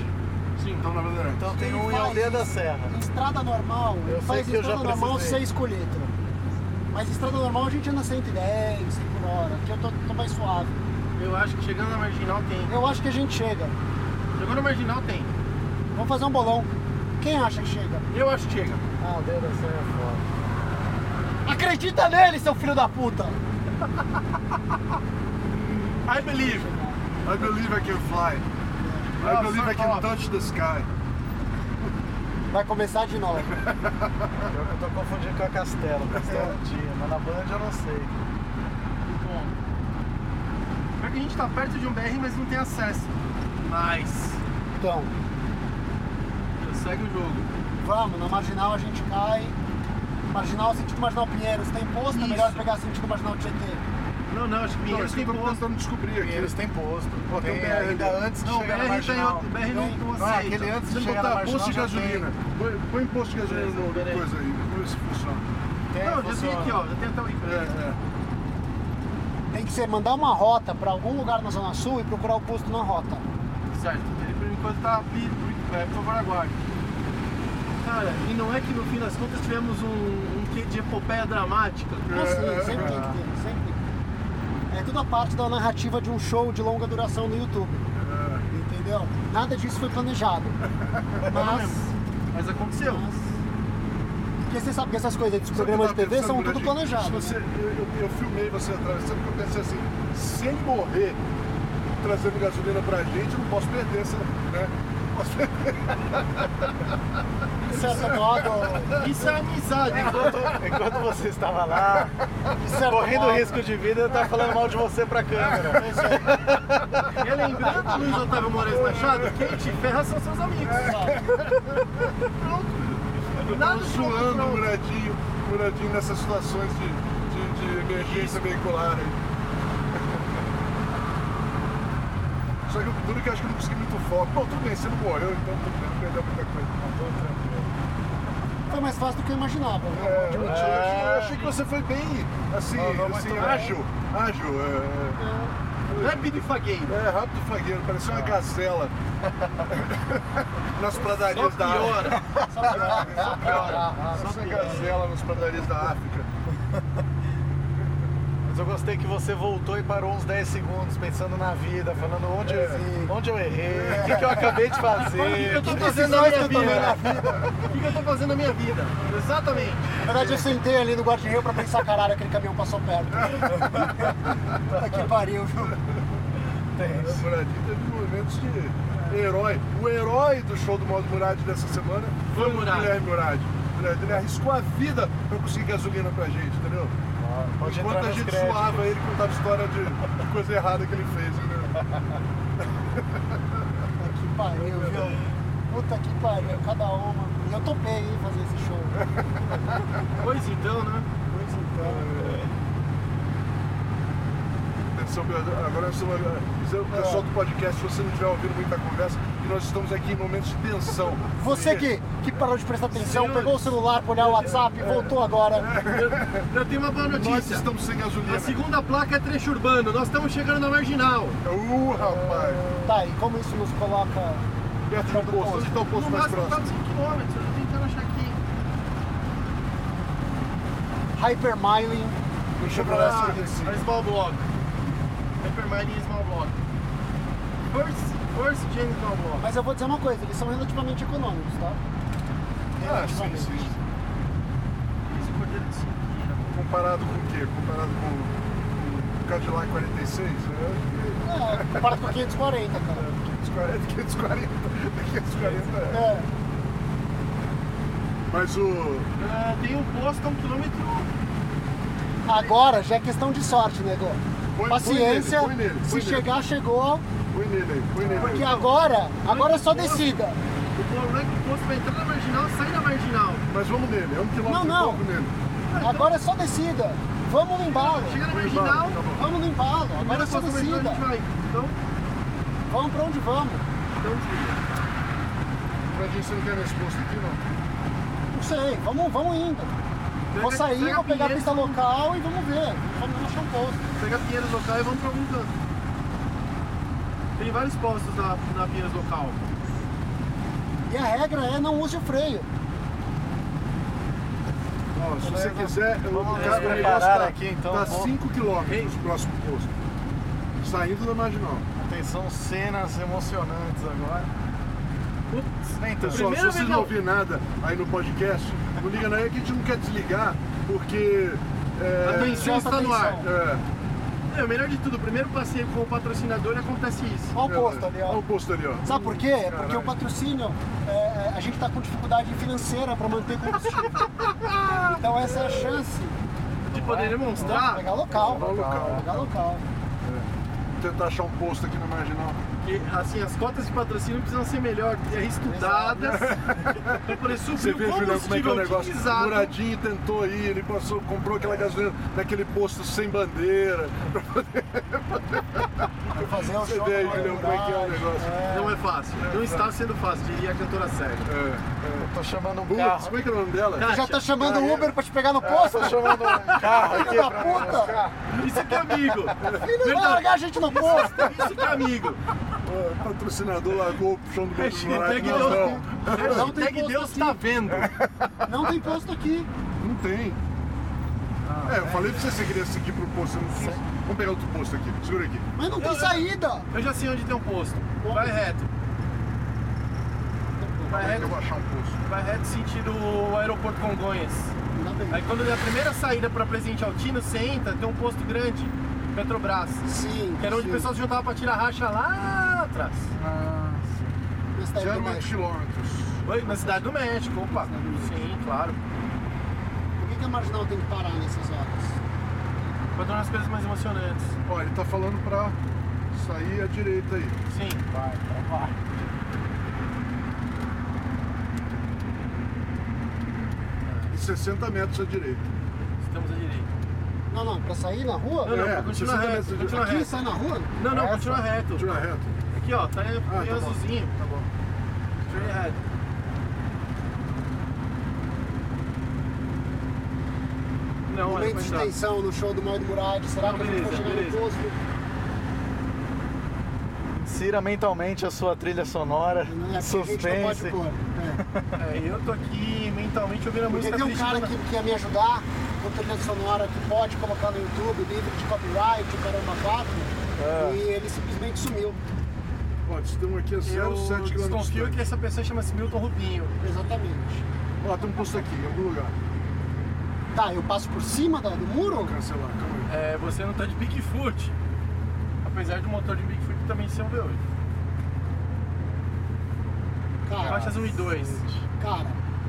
B: Sim. Então, na verdade,
E: Então tem
D: Ele
E: um em
D: faz
E: Aldeia da
D: isso.
E: Serra.
D: Estrada normal,
E: Eu
D: ele
E: sei
D: faz
E: que eu já
D: estrada normal
E: precisei.
D: 6 com litro. Mas estrada normal a gente anda 110, 100 por hora. Aqui eu tô, tô mais suave.
C: Eu acho que chegando na marginal tem.
D: Eu acho que a gente chega.
C: Chegou na marginal tem.
D: Vamos fazer um bolão. Quem acha que chega?
C: Eu acho que chega.
E: Ah, Aldeia da Serra é foda.
D: Acredita nele, seu filho da puta!
C: I believe.
B: I believe I can fly. I
C: Ah,
B: believe I can
C: socorro.
B: touch the sky.
D: Vai começar de novo.
E: Eu eu tô confundindo com a Castelo. Castelo tinha, mas na Band eu não sei.
C: Bom. Pior que a gente tá perto de um BR, mas não tem acesso. Mas.
D: Então,
C: Segue o jogo.
D: vamos, na marginal a gente cai. Marginal, sentido marginal Pinheiros tem posto, é
C: Isso.
D: melhor pegar sentido marginal Tietê.
C: Não, não, acho que
B: Então,
C: Pinheiros
B: isso que
C: tem
B: eu tô
C: posto.
B: tentando descobrir aqui.
E: Pinheiros tem posto.
B: Pô, tem
E: tem
B: um BR
E: ainda
B: ali.
E: antes de
C: Não,
E: chegar
C: BR
E: na
C: tem
E: marginal.
C: outro- BR não
E: Tem.
C: aceita.
B: Não, aquele antes de
E: Você
B: chegar
E: botar
B: na posto de gasolina. Põe, põe posto de gasolina
C: Beleza,
B: no no
C: peraí.
B: coisa aí, vamos ver se funciona.
E: Tem,
C: Não, já tem
B: assim-
E: funciona.
C: aqui, ó. Já tem até o
B: É, é.
D: Tem que ser mandar uma rota pra algum lugar na Zona Sul e procurar o posto na
C: é,
D: rota.
C: Certo, ele por enquanto tá pi- pi- é, por favor aguarde. Cara, e não é que no fim das contas tivemos um, um quê de epopeia dramática?
B: É,
D: Nossa, Assim, sempre tem que ter, sempre tem que ter. É tudo a parte da narrativa de um show de longa duração no YouTube.
B: É.
D: Entendeu? Nada disso foi planejado. Mas,
C: Mas aconteceu.
D: porque você sabe que essas coisas dos
B: Sabe o que eu
D: programas de
B: tava
D: TV são
B: pensando,
D: tudo
B: Brandinho?
D: planejado.
B: Se você- eu, eu- eu filmei você atravessando, porque eu pensei assim, sem morrer, trazendo gasolina pra gente, eu não posso perder essa, né? Não posso perder.
D: De certo modo,
C: Isso é amizade.
E: Enquanto, enquanto você estava lá,
D: de certo
E: correndo
D: modo,
E: risco de vida, eu tava falando mal de você pra câmera.
C: E É lembrando, Luiz Otávio Moraes Machado, quem te ferra são seus amigos.
B: Eu
C: Nada
B: tava
C: de
B: zoando
C: novo,
B: o
C: não.
B: Muradinho, o Muradinho nessas situações de, de, de emergência veicular aí. Só que o duro que eu acho que eu não consegui muito foco. Bom, tudo bem, você não morreu, então tudo bem, não perdeu muita coisa. Não, tô tranquilo.
D: Foi mais fácil do que eu imaginava. né?
B: É, eu, achei, eu achei que você foi bem, assim,
E: Não, não, muito
B: assim
E: bem.
B: ágil, ágil. é,
C: Rápido e fagueiro.
B: É, rápido e fagueiro, parecia uma gazela. nas pradarias da África.
C: Piora.
D: né?
B: Parecia uma gazela nas pradarias da África.
E: Mas eu gostei que você voltou e parou uns 10 segundos pensando na vida, falando onde, eu,
D: É.
E: onde eu errei, o que, que eu acabei de
C: Fala, O que, que
E: fazer.
C: eu tô
D: Que
C: fazendo né? na minha
D: decisões que eu tomei na
C: vida? O que, que eu tô fazendo na minha vida? Exatamente.
D: Na verdade, eu sentei ali no guarda-reio pra pensar, caralho, aquele caminhão passou perto. Puta que pariu, viu?
B: O Muradinho teve momentos de herói. O herói do show do modo Murad dessa semana
C: Foi
B: o
C: Murad.
B: Guilherme Murad. O Guilherme- Ele arriscou a vida pra conseguir gasolina pra gente, entendeu?
E: Pode entrar
B: Enquanto a
E: nos
B: gente
E: créditos.
B: zoava ele contava história de, de coisa errada que ele fez, entendeu?
D: Puta que pariu, viu? Puta que pariu, cada uma. E eu topei, hein, fazer esse show.
C: Pois então, né?
D: Pois então.
B: Atenção, É, Pedro, Agora nós estamos. dizer ao Pessoal do podcast, se você não estiver ouvindo muita conversa, que nós estamos aqui em momentos de tensão.
D: Você que, que parou de prestar atenção, pegou o celular pra olhar o WhatsApp e voltou agora.
C: Eu, eu tenho uma boa
B: Nós
C: notícia.
B: estamos sem gasolina.
C: A segunda placa é trecho urbano. Nós estamos chegando na marginal.
B: Uh, rapaz!
D: Tá, e como isso nos coloca.
B: Perto do posto, onde está o posto
C: no
B: mais
C: máximo tá
B: próximo?
C: 100 km. Eu tô tentando achar aqui.
D: Hypermiling em Chevrolet
B: Ah,
D: Suburban.
C: A é small block. Hypermining small block. First, first gen small block.
D: Mas eu vou dizer uma coisa, eles são relativamente econômicos, tá?
B: Ah, sim, sim.
C: Esse cordeiro de cinqueira.
B: Comparado com o quê? Comparado com o Cadillac 46? É,
D: É, comparado com 540, cara.
B: 540, 540, 540. é.
D: É.
B: Mas o.
C: Ah, tem um posto a um quilômetro.
D: Agora já é questão de sorte, nego.
B: põe
D: Paciência,
B: nele, põe nele, põe
D: se
B: nele.
D: chegar, chegou.
B: Põe nele aí, põe nele
D: Porque
B: aí.
D: agora, agora é só descida.
C: O problema é que o posto vai entrar na marginal sai na marginal.
B: Mas vamos nele, é um quilômetro
D: Não, não.
B: e pouco nele.
D: Agora é só descida. Vamos no embalo.
C: Chega na marginal,
B: Tá bom. um
D: Vamos no embalo. Agora
C: primeira
D: é só
C: posto da marginal a gente
D: descida.
C: vai. Então,
D: Vamos pra onde vamos.
C: então tira.
B: Fredinho, você não quer nesse posto aqui, não?
D: Não sei, vamos, vamos indo. Vou
C: Pega-
D: sair,
C: pega
D: vou pegar a
C: Pinheiros,
D: pista local e vamos ver. Vamos achar um posto.
C: Pega Pinheiros local e vamos pra algum canto. Tem vários postos na, na Pinheiros local.
D: E a regra é não use o freio.
B: Ó, se você quiser, eu vou
E: nos preparar aqui, então,
B: Tá
E: vou-
B: 5 quilômetros o próximo posto. Saindo da marginal.
D: É.
E: Atenção, cenas emocionantes agora. Putz, nem
B: Pessoal,
E: tanto.
B: se
C: Primeiro
B: vocês
C: vez
B: não
C: eu-
B: ouvirem nada aí no podcast, não liga não, é que a gente não quer desligar, porque. É,
D: Atenção,
B: está no ar.
D: atenção.
B: É,
C: É, o melhor de tudo, o primeiro passeio com o patrocinador acontece isso.
D: Olha o posto ali,
B: Olha
D: ó.
B: o posto ali, ó.
D: Sabe por quê? É porque o patrocínio, é, a gente tá com dificuldade financeira para manter combustível. Então essa é a chance
C: De poder
D: de
C: demonstrar
D: pegar local.
B: Pegar local.
D: Pegar local.
B: Tentar achar um posto aqui na marginal.
C: que assim, as cotas de patrocínio precisam ser melhor é, estudadas para poder
B: Você
C: subir
B: vê,
C: o
B: Julião, como é que é o
C: combustível
B: negócio? O
C: utilizado.
B: Muradinho tentou aí, ele passou, comprou aquela gasolina naquele posto sem bandeira. Pra poder
D: Pra fazer um
B: Você
D: show.
B: vê aí,
D: com
B: Julião, como é que é o
D: qualidade.
B: negócio.
C: Não é fácil, não está sendo fácil, diria a cantora séria.
B: É.
E: Tô chamando um
B: Putz,
E: carro.
B: como é que é o nome dela?
C: Tá.
D: Já tá chamando o Uber pra te pegar no
B: É,
D: posto?
E: Tô
B: tá
E: chamando um carro aqui
D: Filho da
E: pra me
D: puta!
E: buscar.
C: Isso que é amigo!
D: Ele vai largar a gente no posto!
C: Isso que é amigo!
B: O patrocinador largou o puxão do meu
C: Hashtag
B: Não,
C: Deus,
B: não.
D: Não tem
C: hashtag
D: posto
C: Deus
D: aqui.
C: tá vendo!
D: Não tem posto aqui.
B: Não tem. é, eu falei pra você que você queria seguir pro posto, eu não quis. Vamos pegar outro posto aqui, segura aqui.
D: Mas não tem saída.
C: Eu já sei onde tem um posto. Vai reto. Vai
B: Peraí que eu
C: reto,
B: vou achar um posto.
C: vai reto sentido o aeroporto Congonhas.
D: Ainda bem.
C: Aí quando é a primeira saída para Presidente Altino, você entra, tem um posto grande, Petrobras.
D: Sim.
C: Que era onde o
D: sim.
C: pessoal se juntava pra tirar racha lá atrás.
D: Mas tá aí
B: Zero
D: também.
B: quilômetros.
C: Oi, na Cidade do México, opa. Sim, claro.
D: Por que, que a marginal tem que parar nessas horas?
C: Pra tornar as coisas mais emocionantes.
B: Ó, ele tá falando pra sair à direita aí.
C: Sim.
E: Vai, então vai.
B: E 60 metros à direita.
C: Estamos à direita.
D: Não, não, pra sair na rua?
C: Não, não,
B: É,
C: pra continuar
B: 60
C: reto.
B: metros
C: Continua
D: Aqui,
C: reto.
D: sai na rua?
C: Não, não,
E: Essa?
C: continua reto.
B: Tira reto.
C: Aqui, ó, tá aí
B: Ah, tá
C: meio
B: bom.
C: azulzinho. Tá bom. Continua reto. Não, tá. olha,
D: Momentos de
C: vai dar.
D: tensão no show do Mauro Murad. Será
C: Não,
D: que a gente vai
C: beleza,
D: chegar
C: beleza.
D: no posto?
E: Insira mentalmente a sua trilha sonora,
D: Não é assim, a gente não pode
E: suspense.
D: pôr. É.
C: É, eu tô aqui mentalmente ouvindo a
D: Porque
C: música
D: tem um
C: triste
D: cara
C: do-
D: que, que ia me ajudar com trilha sonora que pode colocar no YouTube, livre de copyright, o caramba 4.
C: É.
D: E ele simplesmente sumiu.
B: Ó, estamos aqui a
C: Eu
B: 0,7 quilômetros.
C: desconfio que essa pessoa chama-se Milton Rubinho.
D: Exatamente.
B: Ó, tem um posto aqui, em algum lugar.
D: Tá, eu passo por cima da- do muro?
B: Cancelar, calma
C: É, você não tá de Bigfoot. Apesar do motor de Bigfoot também ser um V8.
D: Cara,
C: Faixas 1 e 2.
D: cara.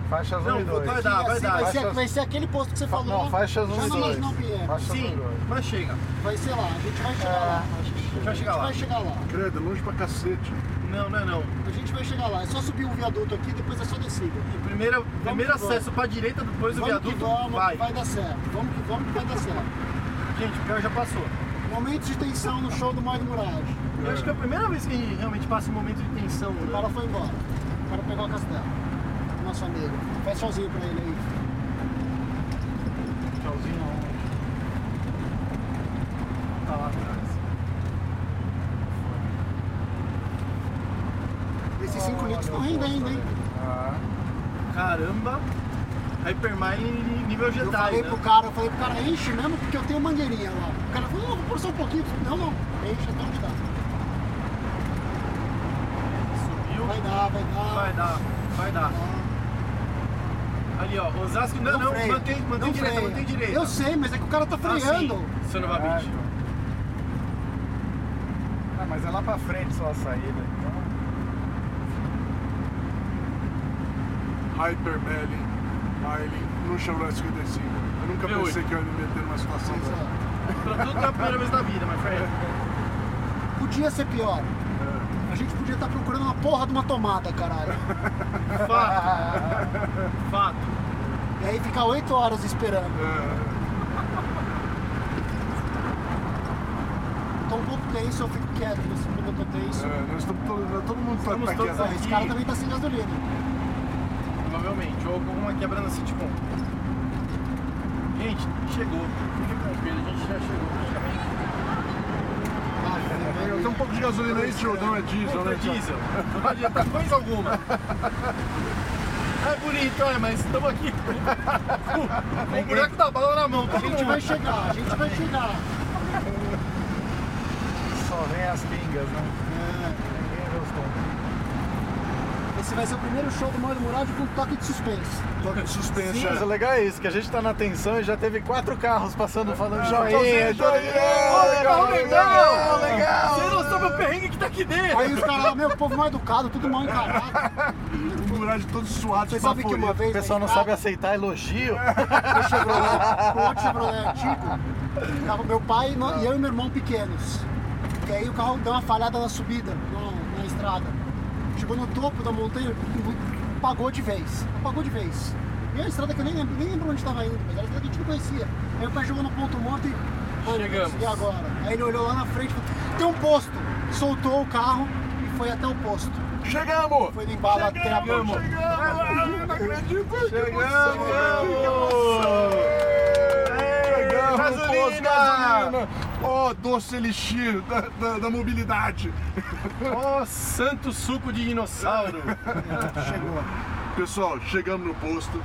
E: Faixas 1
C: Não,
E: e 2.
C: vai dar, vai
D: Assim,
C: dar.
D: Vai ser,
E: Faixas-
D: vai ser aquele posto que você falou.
E: Não,
D: lá,
E: faixas
D: já
E: 1 e
D: na
E: 2.
D: Marginal Pinheiro.
E: Faixas 1 e
C: Sim,
E: 2.
D: um
C: mas chega.
D: Vai ser lá, a gente vai chegar lá. A gente
C: É. vai chegar lá.
D: vai chegar lá.
B: aí. Credo, é longe pra cacete.
C: Não, não, não.
D: A gente vai chegar lá. É só subir o viaduto aqui, depois é só descida.
C: Primeiro, primeiro
D: que vamos.
C: acesso pra direita, depois do
D: Vamos que
C: viaduto.
D: vamos,
C: vai.
D: vai dar certo. Vamos que vamos, que vai dar certo.
C: Gente, o pior já passou.
D: Momentos de tensão no show do Mário Murad.
C: Eu acho que é a primeira vez que a gente realmente passa um momento de tensão.
D: O
C: Né?
D: cara foi embora. O cara pegou a castela. Nosso amigo. Faz sozinho pra ele aí.
E: Tchauzinho.
C: Tá lá atrás.
D: Esses 5 litros não rendem ainda, hein?
C: Caramba. Hypermine nível Jedi,
D: Eu falei
C: né?
D: pro cara, eu falei pro cara, enche mesmo porque eu tenho mangueirinha lá. O cara falou, não, vou pôr só um pouquinho. Não, não, enche até onde dá.
C: Subiu.
D: Vai dar, vai dar.
C: Vai dar, vai dar. Ali, ó, Osasco. Não, não,
D: freia.
C: mantém, mantém
D: Não
C: direita,
D: freia.
C: mantém direita.
D: Eu sei, mas é que o cara tá freando.
C: Assim, Sonovabit.
E: Ah, mas é lá pra frente só a saída. Então,
B: Hyper Melly, Miley, no Chevrolet 55. Eu nunca
C: V8.
B: pensei que eu ia me meter numa situação
D: Mas,
B: dessa.
D: ó,
C: pra tudo é a primeira vez na vida, my friend.
D: podia ser pior.
C: É.
D: A gente podia estar procurando uma porra de uma tomada, caralho.
C: Fato. Fato.
D: E aí ficar oito horas esperando.
B: É,
D: Tô um pouco tenso, eu fico quieto, mas quando eu tô tenso.
B: é, nós estamos todo, todo mundo tá,
C: Estamos
B: tá
C: todos
B: quieto.
D: Ah, Esse
C: aqui.
D: cara também tá sem gasolina.
C: Provavelmente. Ou alguma quebra na sitcom. Gente, chegou. Fique tranquilo, a gente já chegou praticamente.
D: Ah,
B: Tem um pouco de gasolina aí, tio. Não, é diesel,
C: Compra
B: né? tio?
C: diesel. Não vai adiantar coisa alguma. É bonito, é, mas estamos aqui com- com o buraco da bala na mão. tá
D: A gente vai chegar, a gente vai chegar.
E: Só vem as pingas, né? Ninguém vê os tombos.
D: Esse vai ser o primeiro show do Mauro Murad com um toque de suspense.
B: Toque de suspense.
E: Sim,
B: é.
E: mas o legal é isso, que a gente tá na tensão e já teve quatro carros passando falando joinha,
B: joinha,
E: joinha,
B: joinha,
E: Ah, é, legal, legal,
C: Você
E: legal.
C: não sabe o perrengue que tá aqui dentro.
D: Aí os caras, "Ah, meu, o povo mal educado, tudo mal encarado.
B: O Murad todo suado,
D: Você sabe que uma
B: espaforido.
D: vez.
E: O pessoal não
D: aí,
E: sabe aceitar elogio.
D: um Chevrolet, um outro Chevrolet antigo. Tava meu pai e no- e eu e meu irmão pequenos. E aí o carro deu uma falhada na subida, no- na estrada. Chegou no topo da montanha, apagou de vez. Apagou de vez. E é uma estrada que eu nem lembro, nem lembro onde estava indo, mas era uma estrada que a gente não conhecia. Aí o pai jogou no ponto morto e. "Mano,
C: Chegamos.
D: E agora? Aí ele olhou lá na frente e falou: tem um posto. Soltou o carro e foi até o posto.
B: Chegamos!
D: Foi no embalo até a
B: Chegamos!
D: ponte.
B: Chegamos! Não acredito! que
C: Chegamos!
B: é Chegamos!
C: Gasolina!
B: Posto, gasolina! Ó, doce elixir da, da- da mobilidade!
C: Ó, santo suco de dinossauro.
B: Pessoal, chegamos no posto.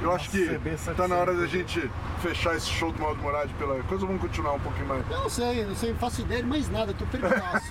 B: Eu acho
E: Nossa, é bem
B: que tá na hora da
E: satisfeito.
B: gente fechar esse show do Mauro Moradi pela coisa. Vamos continuar um pouquinho mais.
D: Eu não sei, não sei, não faço ideia de mais nada, eu tô perdidaço.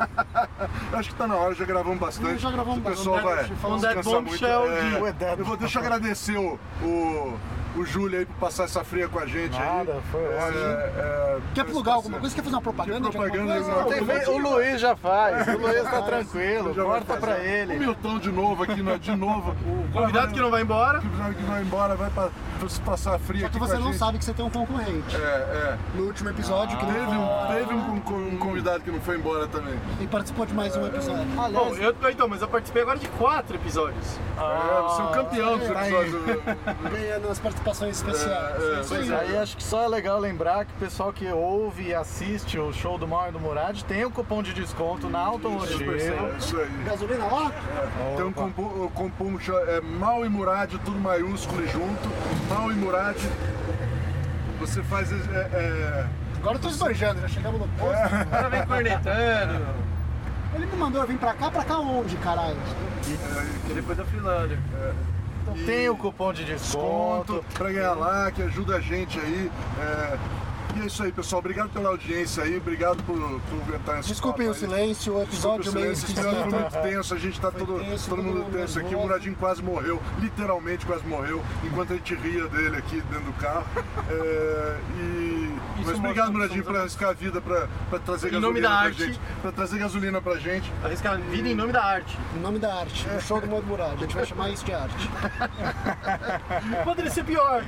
B: Eu acho que tá na hora, já gravamos bastante.
D: Já gravamos
B: o pessoal
D: bastante.
B: vai
C: Um
B: descansar
C: dead bombshell de-
B: muito. É,
E: Ué, dead
B: eu vou deixa eu agradecer o, o, o Júlio aí por passar essa fria com a gente
E: Nada,
B: aí.
E: foi
B: É,
E: ótimo.
B: é,
D: Quer plugar alguma coisa? Quer fazer uma
B: Que
D: propaganda? de alguma
B: propaganda
D: coisa?
B: de alguma
E: Tem
B: coisa?
E: vez- O Luiz já faz, o Luiz tá
B: Eu
E: tranquilo,
B: já vou
E: corta pra
B: fazer. O
E: ele.
B: Milton de novo aqui, né? de novo. O
C: Convidado que não vai embora.
B: que vai embora, vai pra, pra se passar fria aqui
D: Só É que
B: com
D: você
B: a
D: não
B: gente.
D: sabe que você tem um concorrente.
B: É, é.
D: No último episódio, que
B: Teve,
D: não
B: um, teve um, con- um convidado que não foi embora também.
D: e participou de mais um episódio.
B: Ah,
C: Bom, eu, então, mas eu participei agora de quatro episódios.
E: Ah,
B: é, você é o campeão dos
D: tá aí.
B: episódios.
D: Ganhando as participações especiais.
B: É, é,
D: É isso
E: Pois
D: aí.
E: aí acho que só é legal lembrar que o pessoal que ouve e assiste o show do Mauro e do Murad tem um cupom de desconto na
B: É
E: Automotivo.
B: isso aí.
D: Gasolina lá?
B: Então compu- compomos cha- é, Mal e Murad, tudo maiúsculo e junto. Mal e Murad. Você faz. é, é,
D: Agora eu tô esbanjando, já chegamos no posto.
C: O cara vem cornetando.
D: Ele me mandou eu vir pra cá, pra cá onde, caralho?
B: é,
C: Depois da Finlândia.
B: e-
E: Tem o cupom de
B: desconto
E: desconto.
B: pra ganhar lá, que ajuda a gente aí. é. E é isso aí, pessoal. Obrigado pela audiência aí, obrigado por, por aguentar esse
D: Desculpem
B: papo
D: o
B: aí.
D: silêncio,
B: Desculpem
D: o episódio
B: o
D: meio
B: silêncio, esse episódio foi
D: esquisito.
B: muito tenso, a gente tá todo,
D: tenso,
B: todo
D: todo
B: mundo
D: mundo
B: tenso aqui. O
D: nervoso.
B: Muradinho quase morreu, literalmente quase morreu, enquanto a gente ria dele aqui dentro do carro. É, e- Mas
C: mostra
B: obrigado,
C: que
B: Muradinho,
C: somos
B: por arriscar a vida, pra, pra trazer
C: Em nome
B: gasolina
C: da
B: pra
C: arte.
B: gente. Pra trazer gasolina pra gente.
C: Arriscar a vida em nome da arte.
D: Em nome da arte, o show do Modo Mural. A gente vai chamar isso de arte.
C: Poderia ser pior.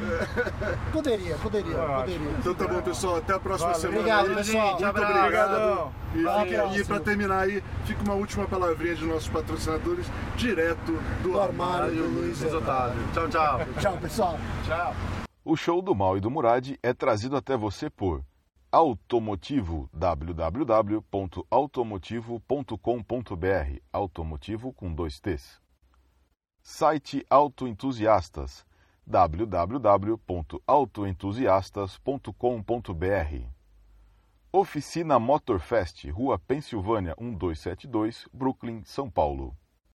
D: Poderia, poderia, poderia.
B: Então tá bom, pessoal. Até a próxima
E: Valeu.
B: semana.
D: Obrigado,
B: aí.
D: pessoal.
B: Muito
C: Abraço.
B: obrigado.
E: Obrigadão.
B: E,
D: Valeu.
B: fica- e para terminar aí, fica uma última palavrinha de nossos patrocinadores, direto do,
D: armário
B: armário
D: do
B: Luiz
D: Luiz
B: Otávio.
C: Tchau, tchau.
D: Tchau, pessoal.
E: Tchau.
A: O show do Mal e do Murad é trazido até você por Automotivo www.automotivo.com.br Automotivo com dois T's. Site Autoentusiastas www.autoentusiastas.com.br um Oficina Motorfest, Rua Pensilvânia 1272, Brooklyn, São Paulo.